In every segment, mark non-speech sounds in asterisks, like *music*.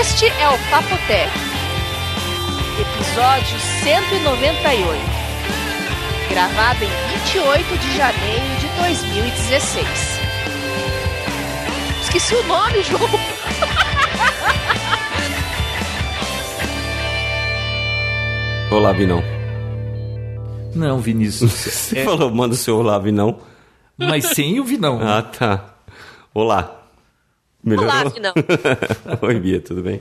Este é o Papotec, episódio 198, gravado em 28 de janeiro de 2016. Esqueci o nome, João. Olá, Vinão. É. Não, *laughs* Vinícius. Você falou, manda o seu olá, Vinão. Mas sem o Vinão. Ah, tá. Olá. Melhorou? Olá, Vinão. *laughs* Oi, Bia, tudo bem?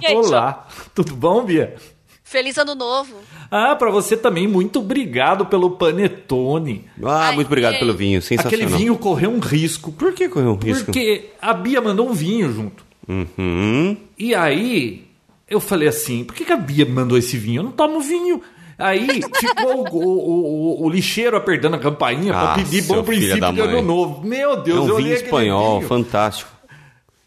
E aí, João? Olá. Tudo bom, Bia? Feliz ano novo. Ah, pra você também, muito obrigado pelo panetone. Ah, Ai, muito obrigado e aí? pelo vinho, sensacional. Aquele vinho correu um risco. Por que correu um risco? Porque a Bia mandou um vinho junto. Uhum. E aí, eu falei assim, por que, que a Bia mandou esse vinho? Eu não tomo vinho. Aí ficou o, o- o- o lixeiro apertando a campainha Ah, pra pedir seu filho bom princípio de da mãe. ano novo. Meu É Deus, um eu vinho olhei aquele espanhol, vinho. fantástico.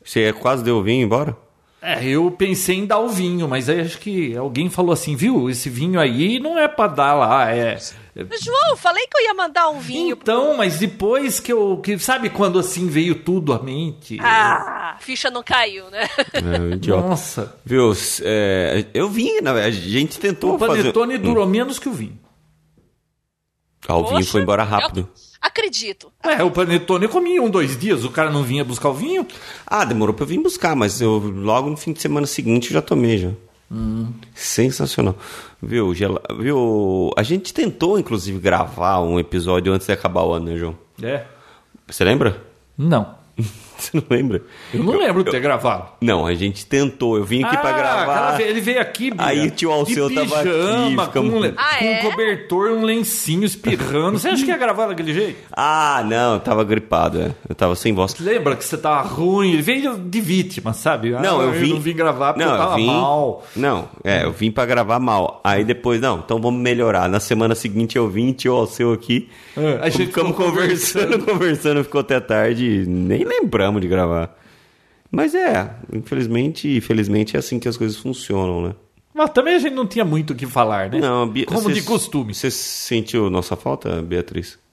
Você é quase deu o vinho embora? É, eu pensei em dar o vinho, mas aí acho que alguém falou assim, viu? Esse vinho aí não é pra dar lá, é. é- João, falei que eu ia mandar um vinho. Hum. Então, mas depois que eu. Que, sabe quando assim veio tudo à mente? Ah, ficha não caiu, né? É, um idiota. Nossa. Viu? é, eu vim, na verdade. A gente tentou O fazer... um. panetone durou menos que o vinho. Ah, o vinho Poxa, é foi embora eu rápido. Acredito. É, o panetone eu comi em um, dois dias, o cara não vinha buscar o vinho. Ah, demorou pra eu vir buscar, mas eu logo no fim de semana seguinte eu já tomei já. Hum. Sensacional. Viu, Gela- viu, a gente tentou inclusive gravar um episódio antes de acabar o ano, né, João? É. Você lembra? *laughs* Não. Você não lembra? Eu não lembro de ter gravado. Não, a gente tentou. Eu vim aqui pra Ah, aquela gravar. vez- ele veio aqui, Bia, Aí o tio Alceu de tava aqui, pijama, com, um, ficamos- le- Ah, com um é? cobertor, um lencinho espirrando. Você acha que ia gravar daquele jeito? Ah, não, eu tava gripado, é. Eu tava sem voz. Lembra que você tava ruim, ele veio de vítima, sabe? Ah, Não, eu vim. não vim gravar porque não, eu tava vim, mal. Não, é, eu vim pra gravar mal. Aí depois, não, então vamos melhorar. Na semana seguinte eu vim, tio Alceu aqui. É, a gente ficamos ficou conversando, conversando, ficou até tarde. e Nem lembramos de gravar. Mas é, infelizmente, infelizmente é assim que as coisas funcionam, né? Mas também a gente não tinha muito o que falar, né? Não, Bia- Como cê- de costume. Você sentiu nossa falta, Beatriz?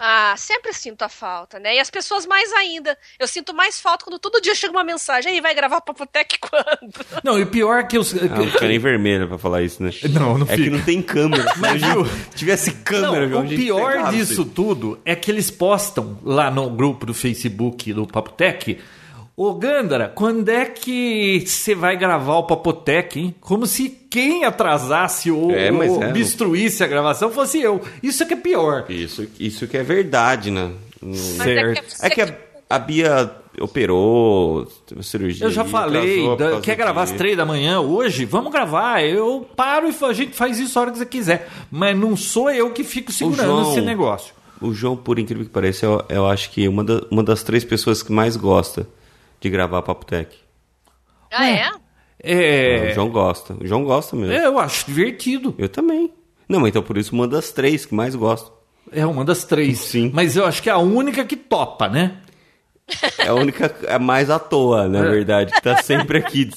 Ah, sempre sinto a falta, né? E as pessoas mais ainda. Eu sinto mais falta quando todo dia chega uma mensagem. Aí vai gravar Papotec quando? Não, e pior é que os. Ah, *laughs* não fica nem vermelha pra falar isso, né? Não, não é que fica. não tem *laughs* câmera. Mas, viu? Se tivesse Não, câmera, viu? a o gente pior pegava assim. isso. disso tudo é que eles postam lá no grupo do Facebook do Papotec. Ô Gandara, quando é que você vai gravar o Papotec, hein? Como se quem atrasasse ou, É, mas ou é. obstruísse a gravação fosse eu. Isso é que é pior. Isso, isso que é verdade, né? Não- Mas é que- Certo. É que a, a Bia operou, teve cirurgia. Eu já aí, falei, atrasou por da- causa quer gravar às de- três da manhã hoje? Vamos gravar. Eu paro e fa- a gente faz isso a hora que você quiser. Mas não sou eu que fico segurando João. esse negócio. O João, por incrível que pareça, eu, eu acho que é uma, da- uma das três pessoas que mais gosta de gravar Papo Tech. Ah, é? O É, João gosta. O João gosta mesmo. é, eu acho divertido. Eu também. Não, mas então por isso uma das três que mais gosto. É uma das três. Sim. Mas eu acho que é a única que topa, né? É a única, é mais à toa, É. na verdade, que tá sempre aqui.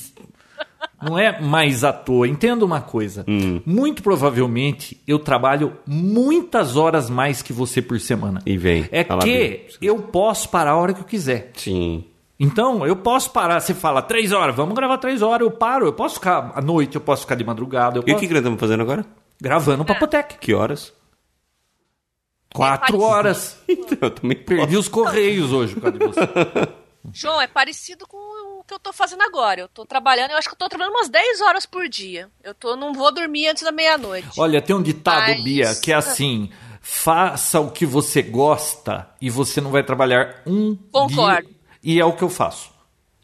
Não é mais à toa. Entenda uma coisa. Hum. Muito provavelmente eu trabalho muitas horas mais que você por semana. E vem. É Fala bem. que eu posso parar a hora que eu quiser. Sim. Então, eu posso parar, você fala três horas, vamos gravar três horas, eu paro, eu posso ficar à noite, eu posso ficar de madrugada, eu E posso... o que que nós estamos fazendo agora? Gravando o É. Papotec. Que horas? *laughs* Quatro parecido. horas. Então, eu também Perdi os correios hoje por causa de você. *laughs* João, é parecido com o que eu tô fazendo agora. Eu tô trabalhando, eu acho que eu tô trabalhando umas 10 horas por dia. Eu tô, não vou dormir antes da meia-noite. Olha, tem um ditado, Mas- tá. Bia, que é assim: faça o que você gosta e você não vai trabalhar um Concordo. dia. E é o que eu faço.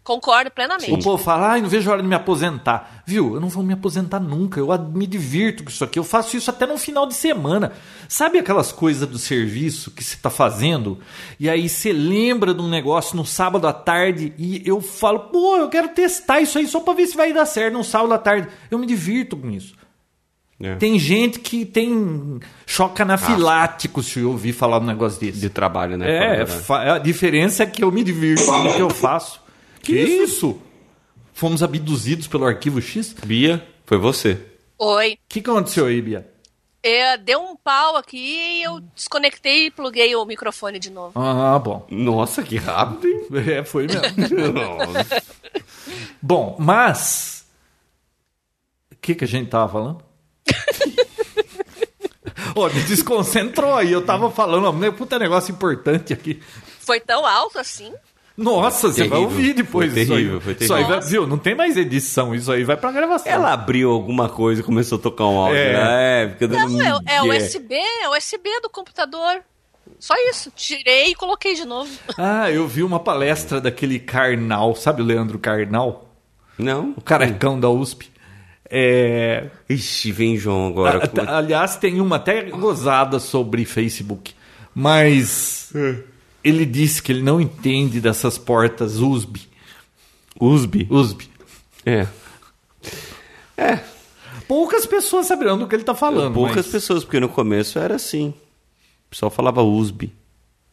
Concordo O plenamente. povo fala, ai, não vejo a hora de me aposentar. Viu? Eu não vou me aposentar nunca. Eu ad- me divirto com isso aqui. Eu faço isso até no final de semana. Sabe aquelas coisas do serviço que você está fazendo? E aí você lembra de um negócio no sábado à tarde e eu falo, pô, eu quero testar isso aí só para ver se vai dar certo no sábado à tarde. Eu me divirto com isso. É. Tem gente que tem choque anafilático se eu ouvir falar um negócio desse. De trabalho, né? Fala a É, verdade. fa- a diferença é que eu me divirto no que eu faço. Que, isso? Fomos abduzidos pelo arquivo X? O Bia, foi você. Oi. que que aconteceu aí, Bia? É, deu um pau aqui e eu desconectei e pluguei o microfone de novo. *laughs* Ah, bom. *laughs* Nossa, que rápido, hein? É, foi mesmo. É, *laughs* Bom, mas. O que, que a gente tava falando? Ô, me desconcentrou aí. Eu tava falando, ó, meu puta negócio importante aqui. Foi tão alto assim? Nossa, você vai terrível. ouvir depois Foi isso aí. terrível, foi Isso aí vai, terrível. viu? Não tem mais edição, isso aí vai pra gravação. Ela abriu alguma coisa e começou a tocar um áudio, É. né? É, fica dando Não, é, é migué. USB, é USB do computador. Só isso. Tirei e coloquei de novo. *laughs* Ah, eu vi uma palestra daquele Karnal, sabe o Leandro Karnal? Não. O carecão da USP. É, Ixi, vem João agora. a- a- aliás, tem uma até gozada sobre Facebook, mas ele disse que ele não entende dessas portas USB. USB. USB. É. Poucas pessoas saberão do que ele tá falando. Poucas mas- pessoas, porque no começo era assim. O pessoal falava USB.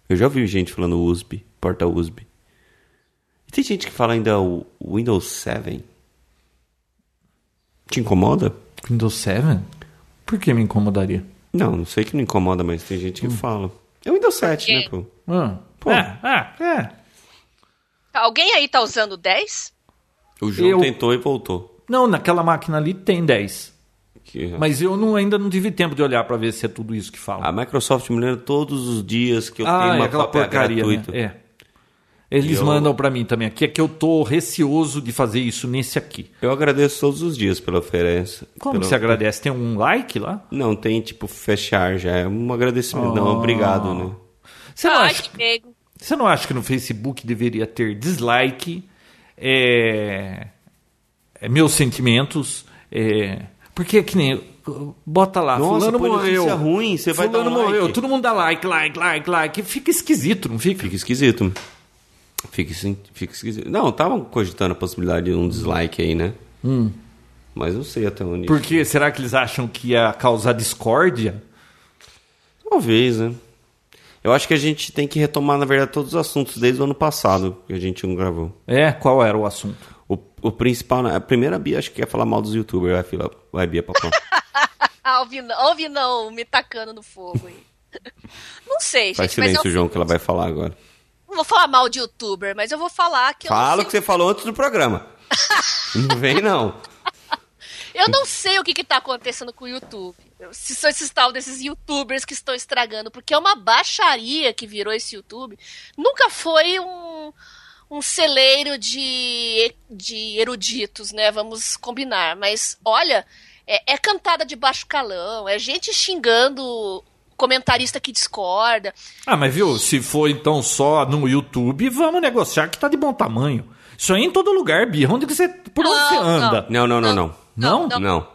Eu já ouvi gente falando USB, porta USB. E tem gente que fala ainda o Windows 7. Te incomoda? Windows 7? Por que me incomodaria? Não, não sei que não incomoda, mas tem gente Hum. que fala. É o Windows 7, quê? né, pô? Ah, Pô. É, é, é. Alguém aí tá usando o 10? O João Eu- tentou e voltou. Não, naquela máquina ali tem 10. Que- Mas eu não- ainda não tive tempo de olhar pra ver se é tudo isso que fala. A Microsoft me lembra todos os dias que eu Ah, tenho é Ah, uma aquela cópia porcaria, né? gratuita. É. Eles E eu- mandam pra mim também aqui. É que eu tô receoso de fazer isso nesse aqui. Eu agradeço todos os dias pela oferta. Como pela... que você agradece? Tem um like lá? Não, tem tipo fechar já. É um agradecimento. Oh. Não, obrigado, né? Você não, Ai, acha, que pego. você não acha que no Facebook deveria ter dislike, é, é, meus sentimentos, é, porque é que nem... Bota lá, Nossa, fulano põe notícia morreu. ruim, você vai fulano dar um like. morreu. Todo mundo dá like, like, like, like. Fica esquisito, não fica? Fica esquisito. Fica, esqui- fica esquisito. Não, estavam cogitando a possibilidade de um dislike aí, né? Mas não sei até onde. Hum. Porque será que eles acham que ia causar discórdia? Talvez, né? Eu acho que a gente tem que retomar, na verdade, todos os assuntos desde o ano passado que a gente não gravou. É, qual era o assunto? O, o principal, né? a primeira Bia acho que quer falar mal dos youtubers, vai, fila, vai Bia Papão. Ah, ouvi não, ouvi não, me tacando no fogo aí. *laughs* Não sei, gente, Faz mas silêncio, eu João, que ela vai falar agora. não vou falar mal de youtuber, mas eu vou falar que eu Fala o não que sei, você falou antes *laughs* do programa. não vem, não. eu não sei o que, que tá acontecendo com o YouTube. Se são esses tal desses youtubers que estão estragando, porque é uma baixaria que virou esse YouTube. Nunca foi um, um celeiro de, de eruditos, né? Vamos combinar. Mas, olha, é, é cantada de baixo calão, é gente xingando comentarista que discorda. Ah, mas viu, se for então só no YouTube, vamos negociar que tá de bom tamanho. Isso aí é em todo lugar, Bia. Onde que você. Por onde Não, você anda? Não, não, não, não. Não? Não. Não,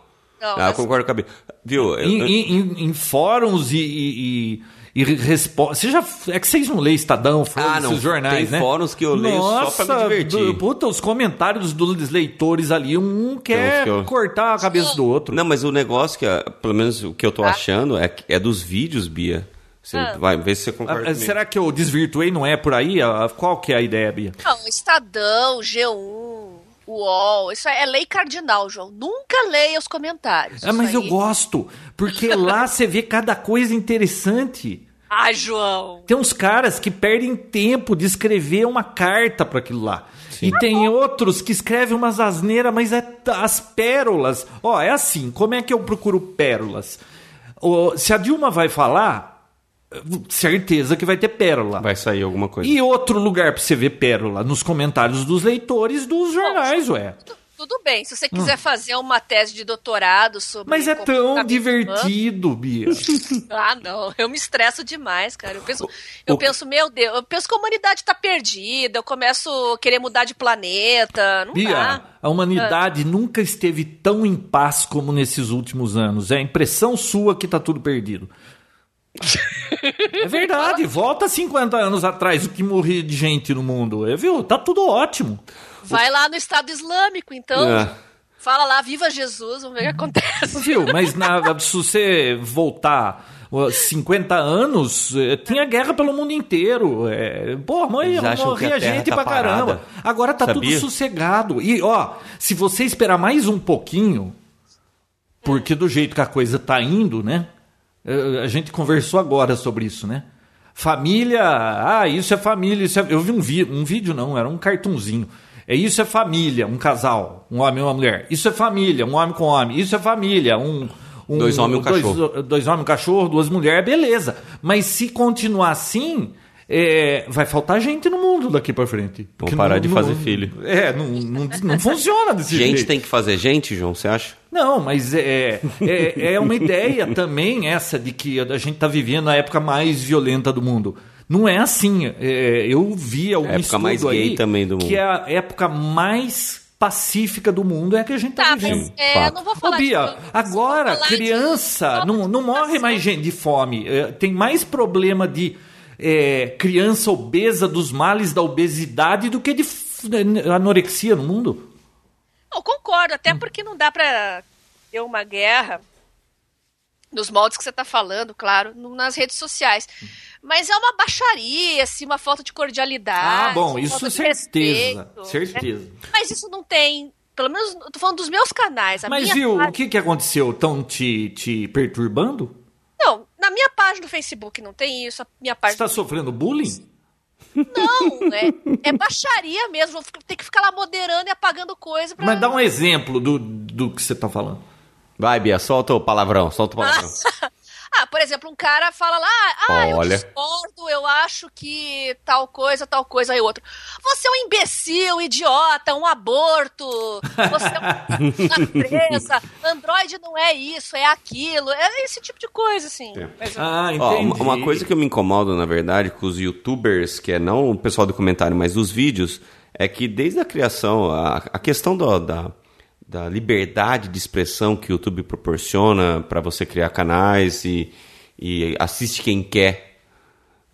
Ah, eu mas- concordo com a Bia. Viu? eu- Em, em- em- em fóruns e. e, e... e respo- Você já... É que vocês não leem Estadão, fóruns, Ah, não. esses jornais, Tem né? fóruns que eu leio só pra me divertir. do- puta, os comentários dos leitores ali, um uns quer que eu- cortar a cabeça do outro. Não, mas o negócio que, ah, pelo menos o que eu tô achando, é, que- é dos vídeos, Bia. Você vai ver se você concorda Ah, ah, comigo. Será que eu desvirtuei? Não é por aí? Ah, Qual que é a ideia, Bia? Não, Estadão, G1, UOL, isso é lei cardinal, João. Nunca leia os comentários. Ah, mas Isso eu aí- gosto, porque *laughs* lá você vê cada coisa interessante. Ah, João. Tem uns caras que perdem tempo de escrever uma carta para aquilo lá. E tem outros que escrevem umas asneiras, mas é t- as pérolas. Ó, é assim, como é que eu procuro pérolas? Ó, se a Dilma vai falar, certeza que vai ter pérola. Vai sair alguma coisa. E outro lugar pra você ver pérola? Nos comentários dos leitores dos jornais, ué. Tu- Tudo bem, se você quiser fazer uma tese de doutorado sobre. Ah. Mas é tão comportamento divertido, *laughs* Bia. humano- Ah, não, eu me estresso demais, cara. Eu penso, o- eu penso, meu Deus, eu penso que a humanidade tá perdida, eu começo a querer mudar de planeta. Não Bia, dá. Ah. a humanidade nunca esteve tão em paz como nesses últimos anos. É a impressão sua que tá tudo perdido. *laughs* é verdade, volta 50 anos atrás o que morria de gente no mundo. É, viu? Tá tudo ótimo. Vai lá no Estado Islâmico, então. É. Fala lá, viva Jesus, vamos ver o que *laughs* acontece. Viu? Mas na- se você voltar ó, 50 anos, eh, tinha guerra pelo mundo inteiro. É, pô, Eles morria, acham que morria a Terra gente tá pra caramba. parada. Agora tá tudo Sabia? sossegado. E ó, se você esperar mais um pouquinho, porque do jeito que a coisa tá indo, né? Eh, A gente conversou agora sobre isso, né? Família, ah, isso é família, isso é... Eu vi um, vi um vídeo, não, era um cartunzinho. É isso é família, um casal, um homem e uma mulher. Isso é família, um homem com homem. Isso é família, um, um- Dois homens e um dois- cachorro. Dois homens, um cachorro, duas mulheres, beleza. Mas se continuar assim, é, vai faltar gente no mundo daqui pra frente. Porque parar não- de não- fazer filho. É, não, não, não funciona desse Gente jeito. tem que fazer gente, João, você acha? Não, mas é, é, é uma ideia também essa de que a gente está vivendo a época mais violenta do mundo. Não é assim. É, eu vi algum É a época estudo mais gay aí também do mundo. que a época mais pacífica do mundo é a que a gente está Tá, vivendo. mas é, fato. eu não vou falar Ô, Bia, de- agora, vou falar de- criança, não, não morre mais gente de fome. É, Tem mais problema de é, criança obesa, dos males da obesidade, do que de f- né, anorexia no mundo. Eu concordo, até porque não dá pra ter uma guerra nos moldes que você tá falando, claro, no- nas redes sociais. Mas é uma baixaria, assim, uma falta de cordialidade. Ah, bom, uma isso falta de certeza. respeito, né? Certeza. Mas isso não tem. Pelo menos, eu tô falando dos meus canais. A Mas minha viu, o página- que, que aconteceu? Estão te, te perturbando? Não, na minha página do Facebook não tem isso. A minha Você tá- página está sofrendo bullying? Não, é, é baixaria mesmo. Vou ficar- ter que ficar lá moderando e apagando coisa pra. Mas dá um exemplo do, do que você está falando. Vai, Bia, solta o palavrão, solta *laughs* o palavrão. Ah, por exemplo, um cara fala lá, ah, eu Olha. discordo, eu acho que tal coisa, tal coisa, aí outro. Você é um imbecil, um idiota, um aborto, você *laughs* é uma presa, Android não é isso, é aquilo, é esse tipo de coisa, assim. É. Mas, Ah, entendi. Ó, uma- uma coisa que eu me incomodo, na verdade, com os youtubers, que é não o pessoal do comentário, mas dos vídeos, é que desde a criação, a, a questão do- da, da liberdade de expressão que o YouTube proporciona para você criar canais e, e assiste quem quer.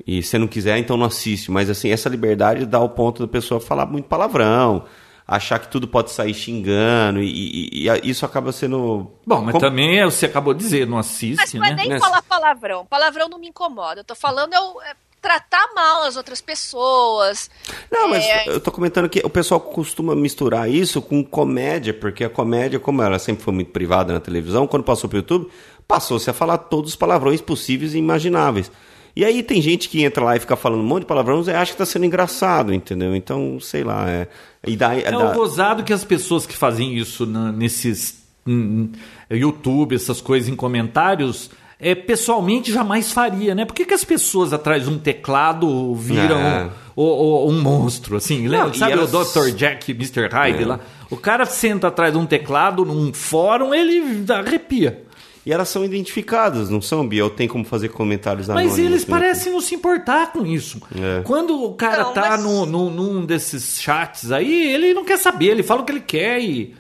E se não quiser, então não assiste. Mas assim, essa liberdade dá o ponto da pessoa falar muito palavrão, achar que tudo pode sair xingando, e, e- e a- isso acaba sendo. Bom, mas Com- também é, você acabou de dizer, não mas assiste, não é né? nem Nessa- falar palavrão, palavrão não me incomoda, eu tô falando é, o- é tratar mal as outras pessoas. Não, mas é, eu tô comentando que o pessoal costuma misturar isso com comédia, porque a comédia, como ela sempre foi muito privada na televisão, quando passou pro YouTube, passou-se a falar todos os palavrões possíveis e imagináveis. E aí tem gente que entra lá e fica falando um monte de palavrões e acha que tá sendo engraçado, entendeu? Então, sei lá, é... E dá, É dá- o gozado que as pessoas que fazem isso na- nesses hum, YouTube, essas coisas em comentários, é, pessoalmente jamais faria, né? Por que, que as pessoas atrás de um teclado viram É. o- o- um monstro, assim? Lembra, Não, e sabe elas- o Dr. Jack e Mr. Hyde É. lá? O cara senta atrás de um teclado num fórum, ele arrepia. E elas são identificadas, não são, Bia? Ou tem como fazer comentários anônimos? Mas eles né? parecem não se importar com isso. É. Quando o cara Não, tá mas- no, no- num desses chats aí, ele não quer saber, ele fala o que ele quer e.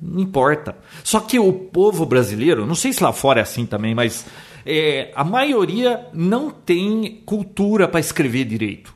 Não importa. Só que o povo brasileiro, não sei se lá fora é assim também, mas é, a maioria não tem cultura para escrever direito.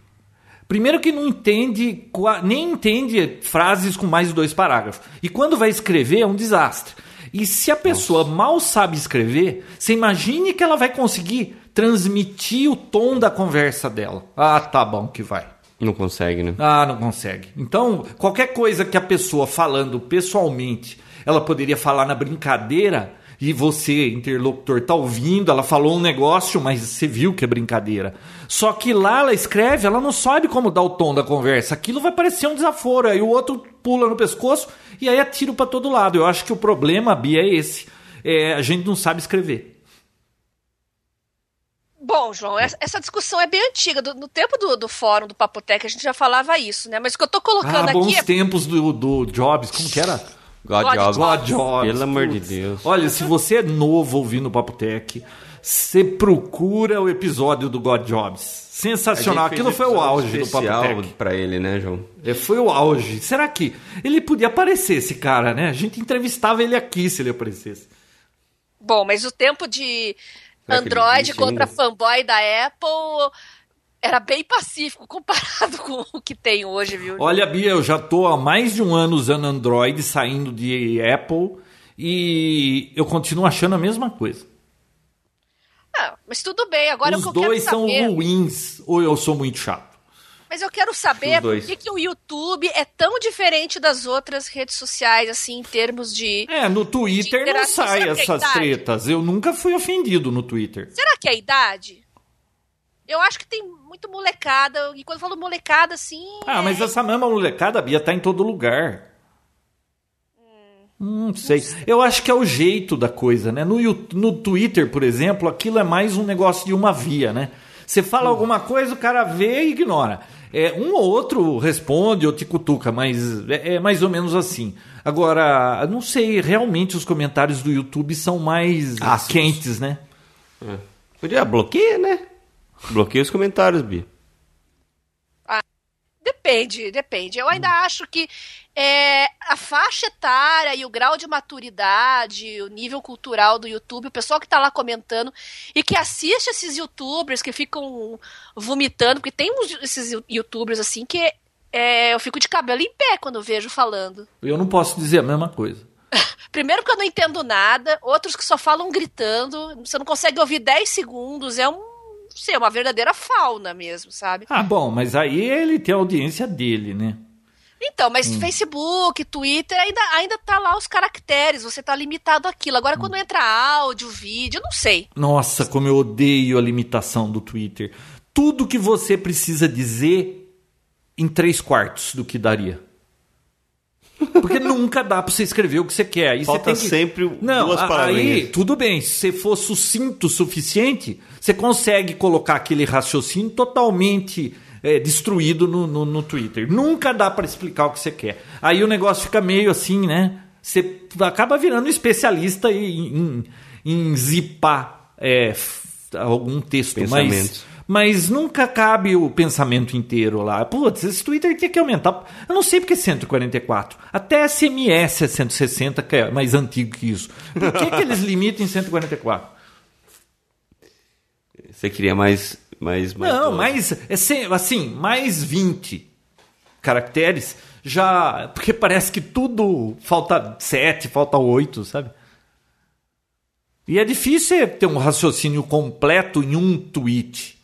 Primeiro que não entende, qua- nem entende frases com mais de dois parágrafos. E quando vai escrever é um desastre. E se a pessoa mal sabe escrever, você imagine que ela vai conseguir transmitir o tom da conversa dela. Ah, tá bom que vai. Não consegue, né? Ah, não consegue. Então, qualquer coisa que a pessoa falando pessoalmente, ela poderia falar na brincadeira e você, interlocutor, tá ouvindo, ela falou um negócio, mas você viu que é brincadeira. Só que lá ela escreve, ela não sabe como dar o tom da conversa. Aquilo vai parecer um desaforo, aí o outro pula no pescoço e aí é tiro pra todo lado. Eu acho que o problema, Bia, é esse. É, a gente não sabe escrever. Bom, João, essa essa discussão é bem antiga. Do- no tempo do, do fórum do Papotec, a gente já falava isso, né? Mas o que eu tô colocando Ah, bons aqui é. tempos do, do Jobs, como que era? God, God job. God Jobs. Pelo amor de Putz. Deus. Olha, se você é novo ouvindo o Papo Tech, você procura o episódio do God Jobs. Sensacional. A gente Aquilo fez foi o episódio auge do Papo especial Tech. pra ele, né, João? É, Foi o auge. Será que ele podia aparecer, esse cara, né? A gente entrevistava ele aqui se ele aparecesse. Bom, mas o tempo de Será que ele Android existe contra ainda? fanboy da Apple era bem pacífico *laughs* comparado com o que tem hoje, viu? Olha, Bia, eu já tô há mais de um ano usando Android, saindo de Apple, e eu continuo achando a mesma coisa. Ah, mas tudo bem, agora Os o que eu dois quero são saber. um. ruins, ou eu sou muito chato. Mas eu quero saber Os dois. por que, que o YouTube é tão diferente das outras redes sociais, assim, em termos de. É, no Twitter não interação. sai Será que é essas idade? tretas. Eu nunca fui ofendido no Twitter. Será que é a idade? Eu acho que tem muito molecada. E quando eu falo molecada, assim. Ah, mas essa mesma molecada, Bia, tá em todo lugar. Hum, não sei. Eu acho que é o jeito da coisa, né? No, Yu- no Twitter, por exemplo, aquilo é mais um negócio de uma via, né? Você fala alguma coisa, o cara vê e ignora. É, um ou outro responde ou te cutuca, mas é, é mais ou menos assim. Agora, eu não sei, realmente os comentários do YouTube são mais Ácidos. quentes, né? É. Podia bloqueia, né? Bloqueia os comentários, Bia. Depende, depende. Eu ainda acho que é, a faixa etária e o grau de maturidade, o nível cultural do YouTube, o pessoal que tá lá comentando e que assiste esses youtubers que ficam vomitando, porque tem uns, esses yo- youtubers assim que é, eu fico de cabelo em pé quando eu vejo falando. Eu não posso dizer a mesma coisa. Primeiro que eu não entendo nada, outros que só falam gritando, você não consegue ouvir 10 segundos, é um, não sei, uma verdadeira fauna mesmo, sabe? Ah, bom, mas aí ele tem a audiência dele, né? Então, mas Hum. Facebook, Twitter, ainda, ainda tá lá os caracteres, você tá limitado àquilo. Hum. Agora, quando entra áudio, vídeo, eu não sei. Nossa, como eu odeio a limitação do Twitter. Tudo que você precisa dizer em três quartos do que daria. *laughs* Porque nunca dá pra você escrever o que você quer. Aí Falta você tem que... sempre Não, duas a- aí palavrinhas. tudo bem. Se você for sucinto o suficiente, você consegue colocar aquele raciocínio totalmente é, destruído no, no, no Twitter. Nunca dá pra explicar o que você quer. Aí o negócio fica meio assim, né? Você acaba virando um especialista em, em, em zipar é, f- algum texto, mas, Pensamentos. mas nunca cabe o pensamento inteiro lá. Putz, esse Twitter tinha que aumentar. Eu não sei porque é 144. Até SMS é 160, que é mais antigo que isso. Por que, que eles limitam em 144? Você queria mais. mais, mais não, duas. mais. É sem- assim, mais 20 caracteres já. Porque parece que tudo falta 7, falta 8, sabe? E é difícil você ter um raciocínio completo em um tweet.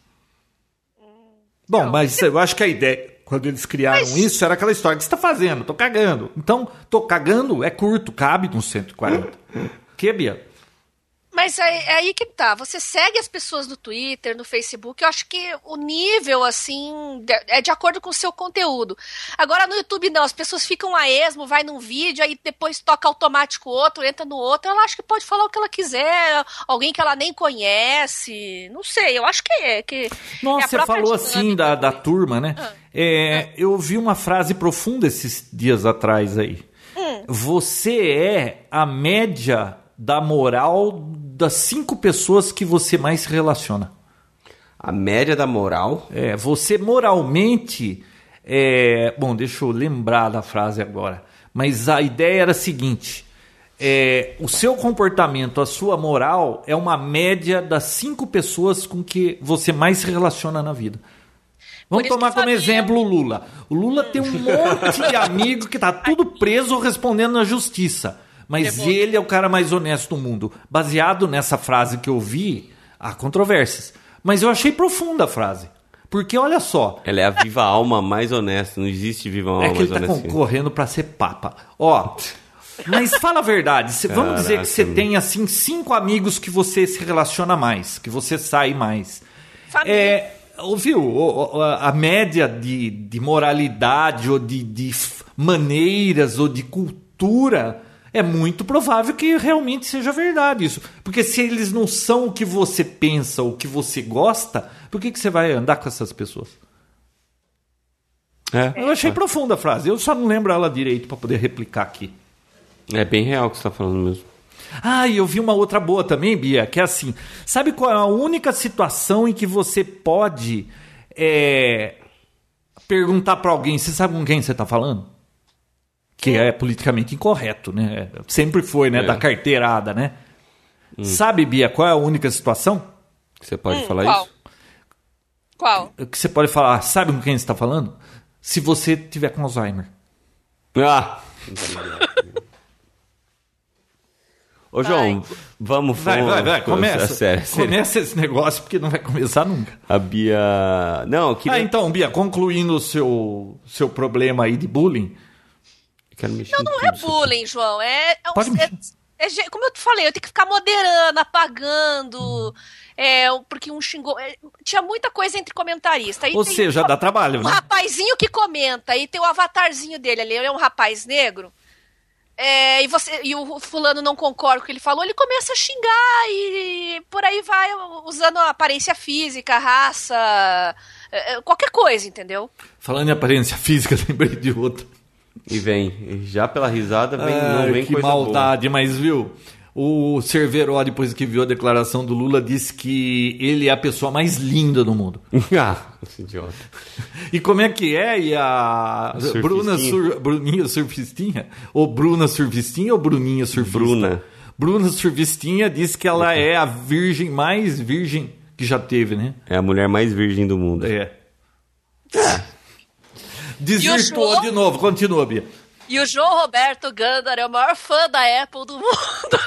Bom, mas eu acho que a ideia. Quando eles criaram isso, era aquela história que você tá fazendo, tô cagando. Então, tô cagando é curto, cabe com 140. que, Bia? Mas é, é aí que tá. Você segue as pessoas no Twitter, no Facebook. Eu acho que o nível, assim, de- é de acordo com o seu conteúdo. Agora, no YouTube, não. As pessoas ficam a esmo, vai num vídeo, aí depois toca automático outro, entra no outro. Ela acha que pode falar o que ela quiser, alguém que ela nem conhece. Não sei, eu acho que é. Que é Nossa, a você própria falou dinâmica assim da, do da Twitter. turma, né? Ah. É, Eu vi uma frase profunda esses dias atrás aí. Hum. Você é a média da moral das cinco pessoas que você mais se relaciona. A média da moral. É, você moralmente. é, bom, deixa eu lembrar da frase agora. Mas a ideia era a seguinte: é, o seu comportamento, a sua moral é uma média das cinco pessoas com que você mais se relaciona na vida. Por Vamos isso que tomar como família- exemplo o Lula. O Lula *laughs* tem um monte de amigo que tá tudo preso ou respondendo na justiça. Mas Demônio. ele é o cara mais honesto do mundo. Baseado nessa frase que eu vi, há controvérsias. Mas eu achei profunda a frase. Porque olha só, Ela é a *laughs* viva alma mais honesta. Não existe viva alma é que mais assim. ele tá honesta. concorrendo pra ser papa. Ó, mas fala a verdade. cê- vamos dizer que Caraca, você meu. tem, assim, cinco amigos que você se relaciona mais, que você sai mais. Família. É, ouviu? O- o- A a média de, de moralidade ou de, de f- maneiras ou de cultura é muito provável que realmente seja verdade isso. Porque se eles não são o que você pensa, o que você gosta, por que, que você vai andar com essas pessoas? É. Eu achei profunda a frase. Eu só não lembro ela direito pra poder replicar aqui. é bem real o que você tá falando mesmo. Ah, e eu vi uma outra boa também, Bia, que é assim: sabe qual é a única situação em que você pode é, perguntar pra alguém, você sabe com quem você tá falando? Que é politicamente incorreto, né? Sempre foi, né? É. Da carteirada, né? Sabe, Bia, qual é a única situação Você pode Hum, falar Qual? isso? Qual? que você pode falar, sabe com quem você tá falando? Se você tiver com Alzheimer. *laughs* Ah! Ô, João, vamos Vai, vamos- vai, vai, começa. É sério, é sério. Começa esse negócio porque não vai começar nunca. A Bia. Não, eu queria. Ah, então, Bia, concluindo o seu, seu problema aí de bullying, Eu Quero mexer então- Não, em não tudo é isso. bullying, João. É, é, um- Pode mexer. é- é ge- como eu te falei, eu tenho que ficar moderando, apagando. é, porque um xingou. é, tinha muita coisa entre comentarista. Aí Ou tem seja, um, dá trabalho, um né? rapazinho que comenta, e tem o avatarzinho dele ali, ele é um rapaz negro. é, e, você, e o fulano não concorda com o que ele falou, ele começa a xingar e por aí vai, usando a aparência física, raça, é, é, qualquer coisa, entendeu? Falando em aparência física, *laughs* lembrei de outra. E vem, e já pela risada, vem, Ai, não vem que coisa maldade, mas viu? O Cerveró, depois que viu a declaração do Lula, disse que ele é a pessoa mais linda do mundo. boa. *laughs* ah, esse idiota. E como é que é? E a Surfistinha. Bruna Sur- Bruninha Surfistinha? Ou Bruna Surfistinha ou Bruninha Surfista? Bruna. Bruna Surfistinha disse que ela é a virgem mais virgem que já teve, né? É a mulher mais virgem do mundo. É. É. Desvirtuou E o de novo, continua, Bia. E o João Roberto Gandar é o maior fã da Apple do *laughs* mundo.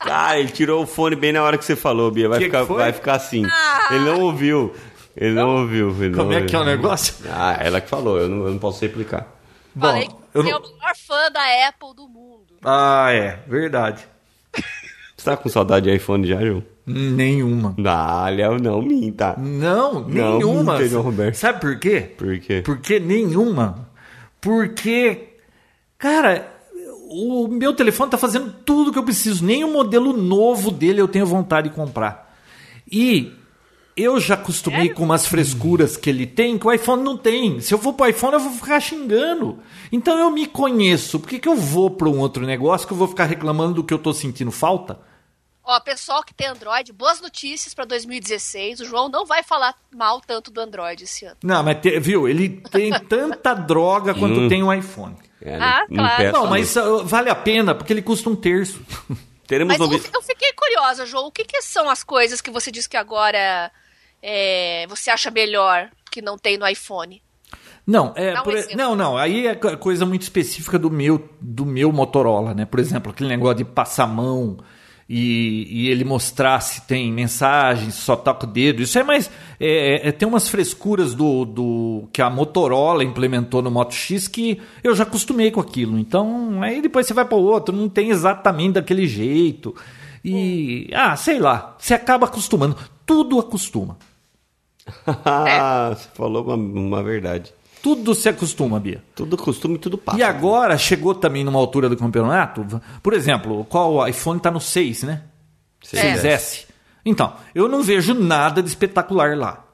Ah, ele tirou o fone bem na hora que você falou, Bia. Vai, Que que ficar, foi? vai ficar assim. Ah. Ele não ouviu. Ele não ouviu. ele não Como é que é o ouviu. negócio? Ah, ela que falou, eu não, eu não posso replicar. Falei que Bom, eu você é não... o maior fã da Apple do mundo. Ah, é, verdade. Você tá com saudade de iPhone já, João? Nenhuma. Ah, Léo, não minta. Não, Não, nenhuma. nunca, João Roberto. Sabe por quê? Por quê? Porque nenhuma. Porque, cara, o meu telefone tá fazendo tudo que eu preciso. Nem o modelo novo dele eu tenho vontade de comprar. E eu já acostumei com umas frescuras que ele tem que o iPhone não tem. Se eu for pro iPhone, eu vou ficar xingando. Então eu me conheço. Por que, que eu vou para um outro negócio que eu vou ficar reclamando do que eu tô sentindo falta? Ó, pessoal que tem Android, boas notícias pra 2016. O João não vai falar mal tanto do Android esse ano. Não, mas te- viu, ele tem tanta droga quanto tem um iPhone. É, Ah, claro. peça, Não, mas ah, vale a pena, porque ele custa um terço. Teremos Mas eu, ouvi- *laughs* fi- eu fiquei curiosa, João. O que, que são as coisas que você diz que agora é, você acha melhor que não tem no iPhone? Não, é, Dá um por- exemplo. não, não, aí é co- coisa muito específica do meu, do meu Motorola, né? Por exemplo, aquele negócio de passar a mão e, e ele mostrar se tem mensagem, se só toca o dedo. Isso é mais. é- é- tem umas frescuras do, do que a Motorola implementou no Moto X que eu já acostumei com aquilo. Então, aí depois você vai para outro, não tem exatamente daquele jeito. É. E. Ah, sei lá. Você acaba acostumando. Tudo acostuma. É. Ah, você falou uma, uma verdade. Tudo se acostuma, Bia. Tudo costume, tudo passa. E agora chegou também numa altura do campeonato, v- por exemplo, qual o iPhone tá no 6, né? Seis 6S. Então, eu não vejo nada de espetacular lá.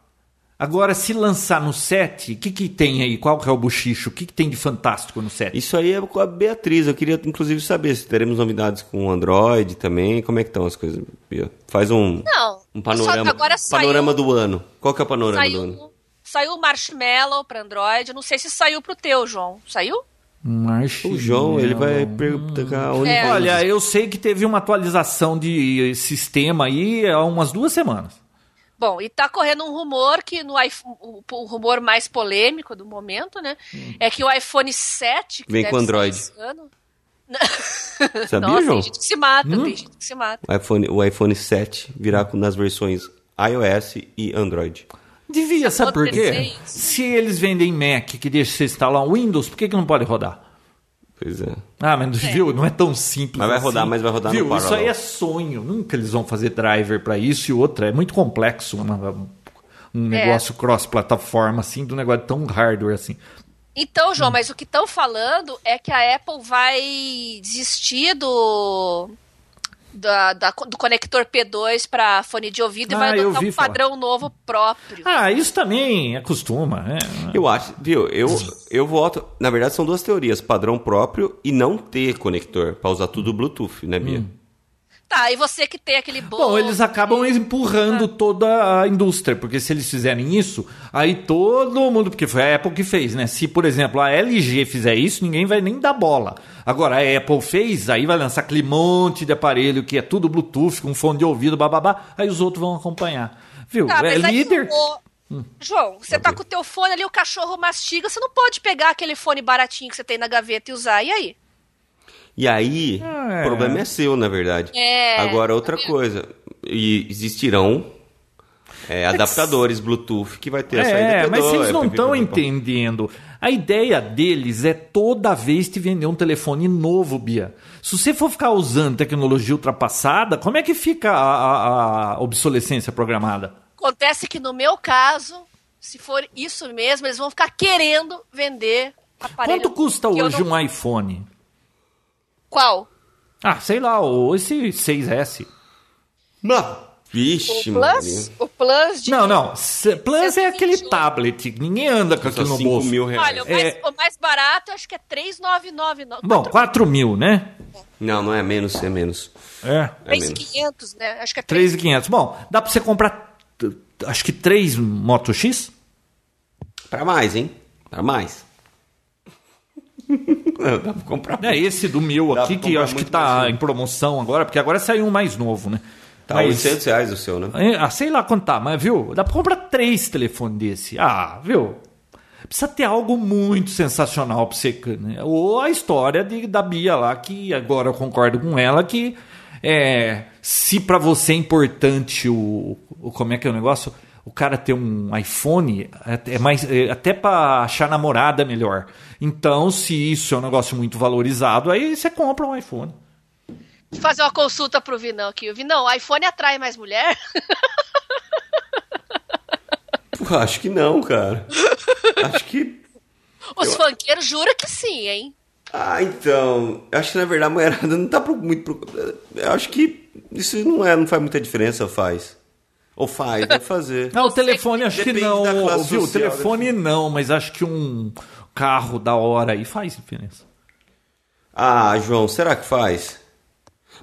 Agora, se lançar no 7, o que, que tem aí? Qual que é o bochicho? O que, que tem de fantástico no 7? Isso aí é com a Beatriz. Eu queria, inclusive, saber se teremos novidades com o Android também. Como é que estão as coisas, Bia? Faz um, Não, um panorama, só agora saiu- panorama do ano. Qual que é o panorama do ano? Saiu, saiu o Marshmallow pra Android. Eu Não sei se saiu pro teu, João. Saiu? Um O João, ele vai perguntar onde um É. vai Olha, eu sei que teve uma atualização de sistema aí há umas duas semanas. Bom, e tá correndo um rumor que no iPhone, o, o rumor mais polêmico do momento, né? É que o iPhone 7 que Vem deve com sair Android. esse ano- *laughs* Sabia, Nossa, João? tem gente que se mata, tem gente que se mata. o iPhone, o iPhone 7 virá com- nas versões iOS e Android. Devia, sabe por quê? Outros seis. Se eles vendem Mac que deixa você instalar um Windows, por que, que não pode rodar? Pois é. Ah, mas viu? Não é tão simples. Mas vai assim. rodar, mas vai rodar no viu? Isso Parallel. aí é sonho. Nunca eles vão fazer driver pra isso e outra. É muito complexo uma- um É. negócio cross-plataforma assim, do negócio tão hardware assim. Então, João, mas o que estão falando é que a Apple vai desistir do da, da- do conector P2 pra fone de ouvido e Ah, vai eu adotar vi um padrão novo próprio. Ah, isso também acostuma. né? Eu acho, viu? Eu, eu voto. Na verdade, são duas teorias: padrão próprio e não ter conector, pra usar tudo Bluetooth, né, Hum. Bia? Tá, e você que tem aquele bom. Bom, eles acabam Ah. empurrando toda a indústria, porque se eles fizerem isso, aí todo mundo, porque foi a Apple que fez, né? Se, por exemplo, a LG fizer isso, ninguém vai nem dar bola. Agora, a Apple fez, aí vai lançar aquele monte de aparelho que é tudo Bluetooth, com fone de ouvido, bababá, aí os outros vão acompanhar. Viu? Tá, é mas aí líder. Hum. o- João, você tá com o teu fone ali, o cachorro mastiga, você não pode pegar aquele fone baratinho que você tem na gaveta e usar, e aí? E aí, É. o problema é seu, na verdade. É. Agora, outra coisa: e existirão É, adaptadores Bluetooth que vai ter a saída É, P2, mas vocês é não PP, estão papapá. entendendo. A ideia deles é toda vez te vender um telefone novo, Bia. Se você for ficar usando tecnologia ultrapassada, como é que fica a, a- a obsolescência programada? Acontece que no meu caso, se for isso mesmo, eles vão ficar querendo vender aparelho. Quanto custa que eu hoje não- um iPhone? Qual? Ah, sei lá, o- esse 6S. Não. Vixe, O mano. Plus? O Plus de. Não, não. se- Plus é aquele 128. tablet. que Ninguém anda com Custa aquilo no 5 bolso. mil reais. Olha, o mais, É. o mais barato eu acho que é 3,999. Bom, 4 mil, né? Não, não é menos, é menos. É. É menos. 3,500, né? Acho que é 3. 3.500. Bom, dá pra você comprar, t- acho que 3 Moto X? Pra mais, hein? Pra *laughs* mais. Não, dá pra comprar. É esse do meu Dá aqui, pra que eu comprar acho que muito tá mais um. em promoção agora, porque agora saiu um mais novo, né? Tá, Mas- 800 reais o seu, né? É, Ah, sei lá quanto tá, mas viu? Dá pra comprar três telefones desse. Ah, viu? Precisa ter algo muito sensacional pra você. Né? Ou a história de, da Bia lá, que agora eu concordo com ela, que é, se pra você é importante o, o- Como é que é o negócio? O cara ter um iPhone, é é mais, é até pra achar namorada é melhor. Então, se isso é um negócio muito valorizado, aí você compra um iPhone. Fazer uma consulta pro Vinão aqui. O Vinão, iPhone atrai mais mulher? *laughs* Pô, acho que não, *laughs* cara. acho que. Os funkeiros juram que sim, hein? Ah, então. Acho que na verdade a mulherada não tá pro- muito. pro- Eu acho que isso não, é, não faz muita diferença, faz. Ou faz, deve fazer. Não, o telefone acho que Depende não. da classe Viu? O social, né? telefone não, mas acho que um carro da hora aí faz diferença. Ah, João, será que faz?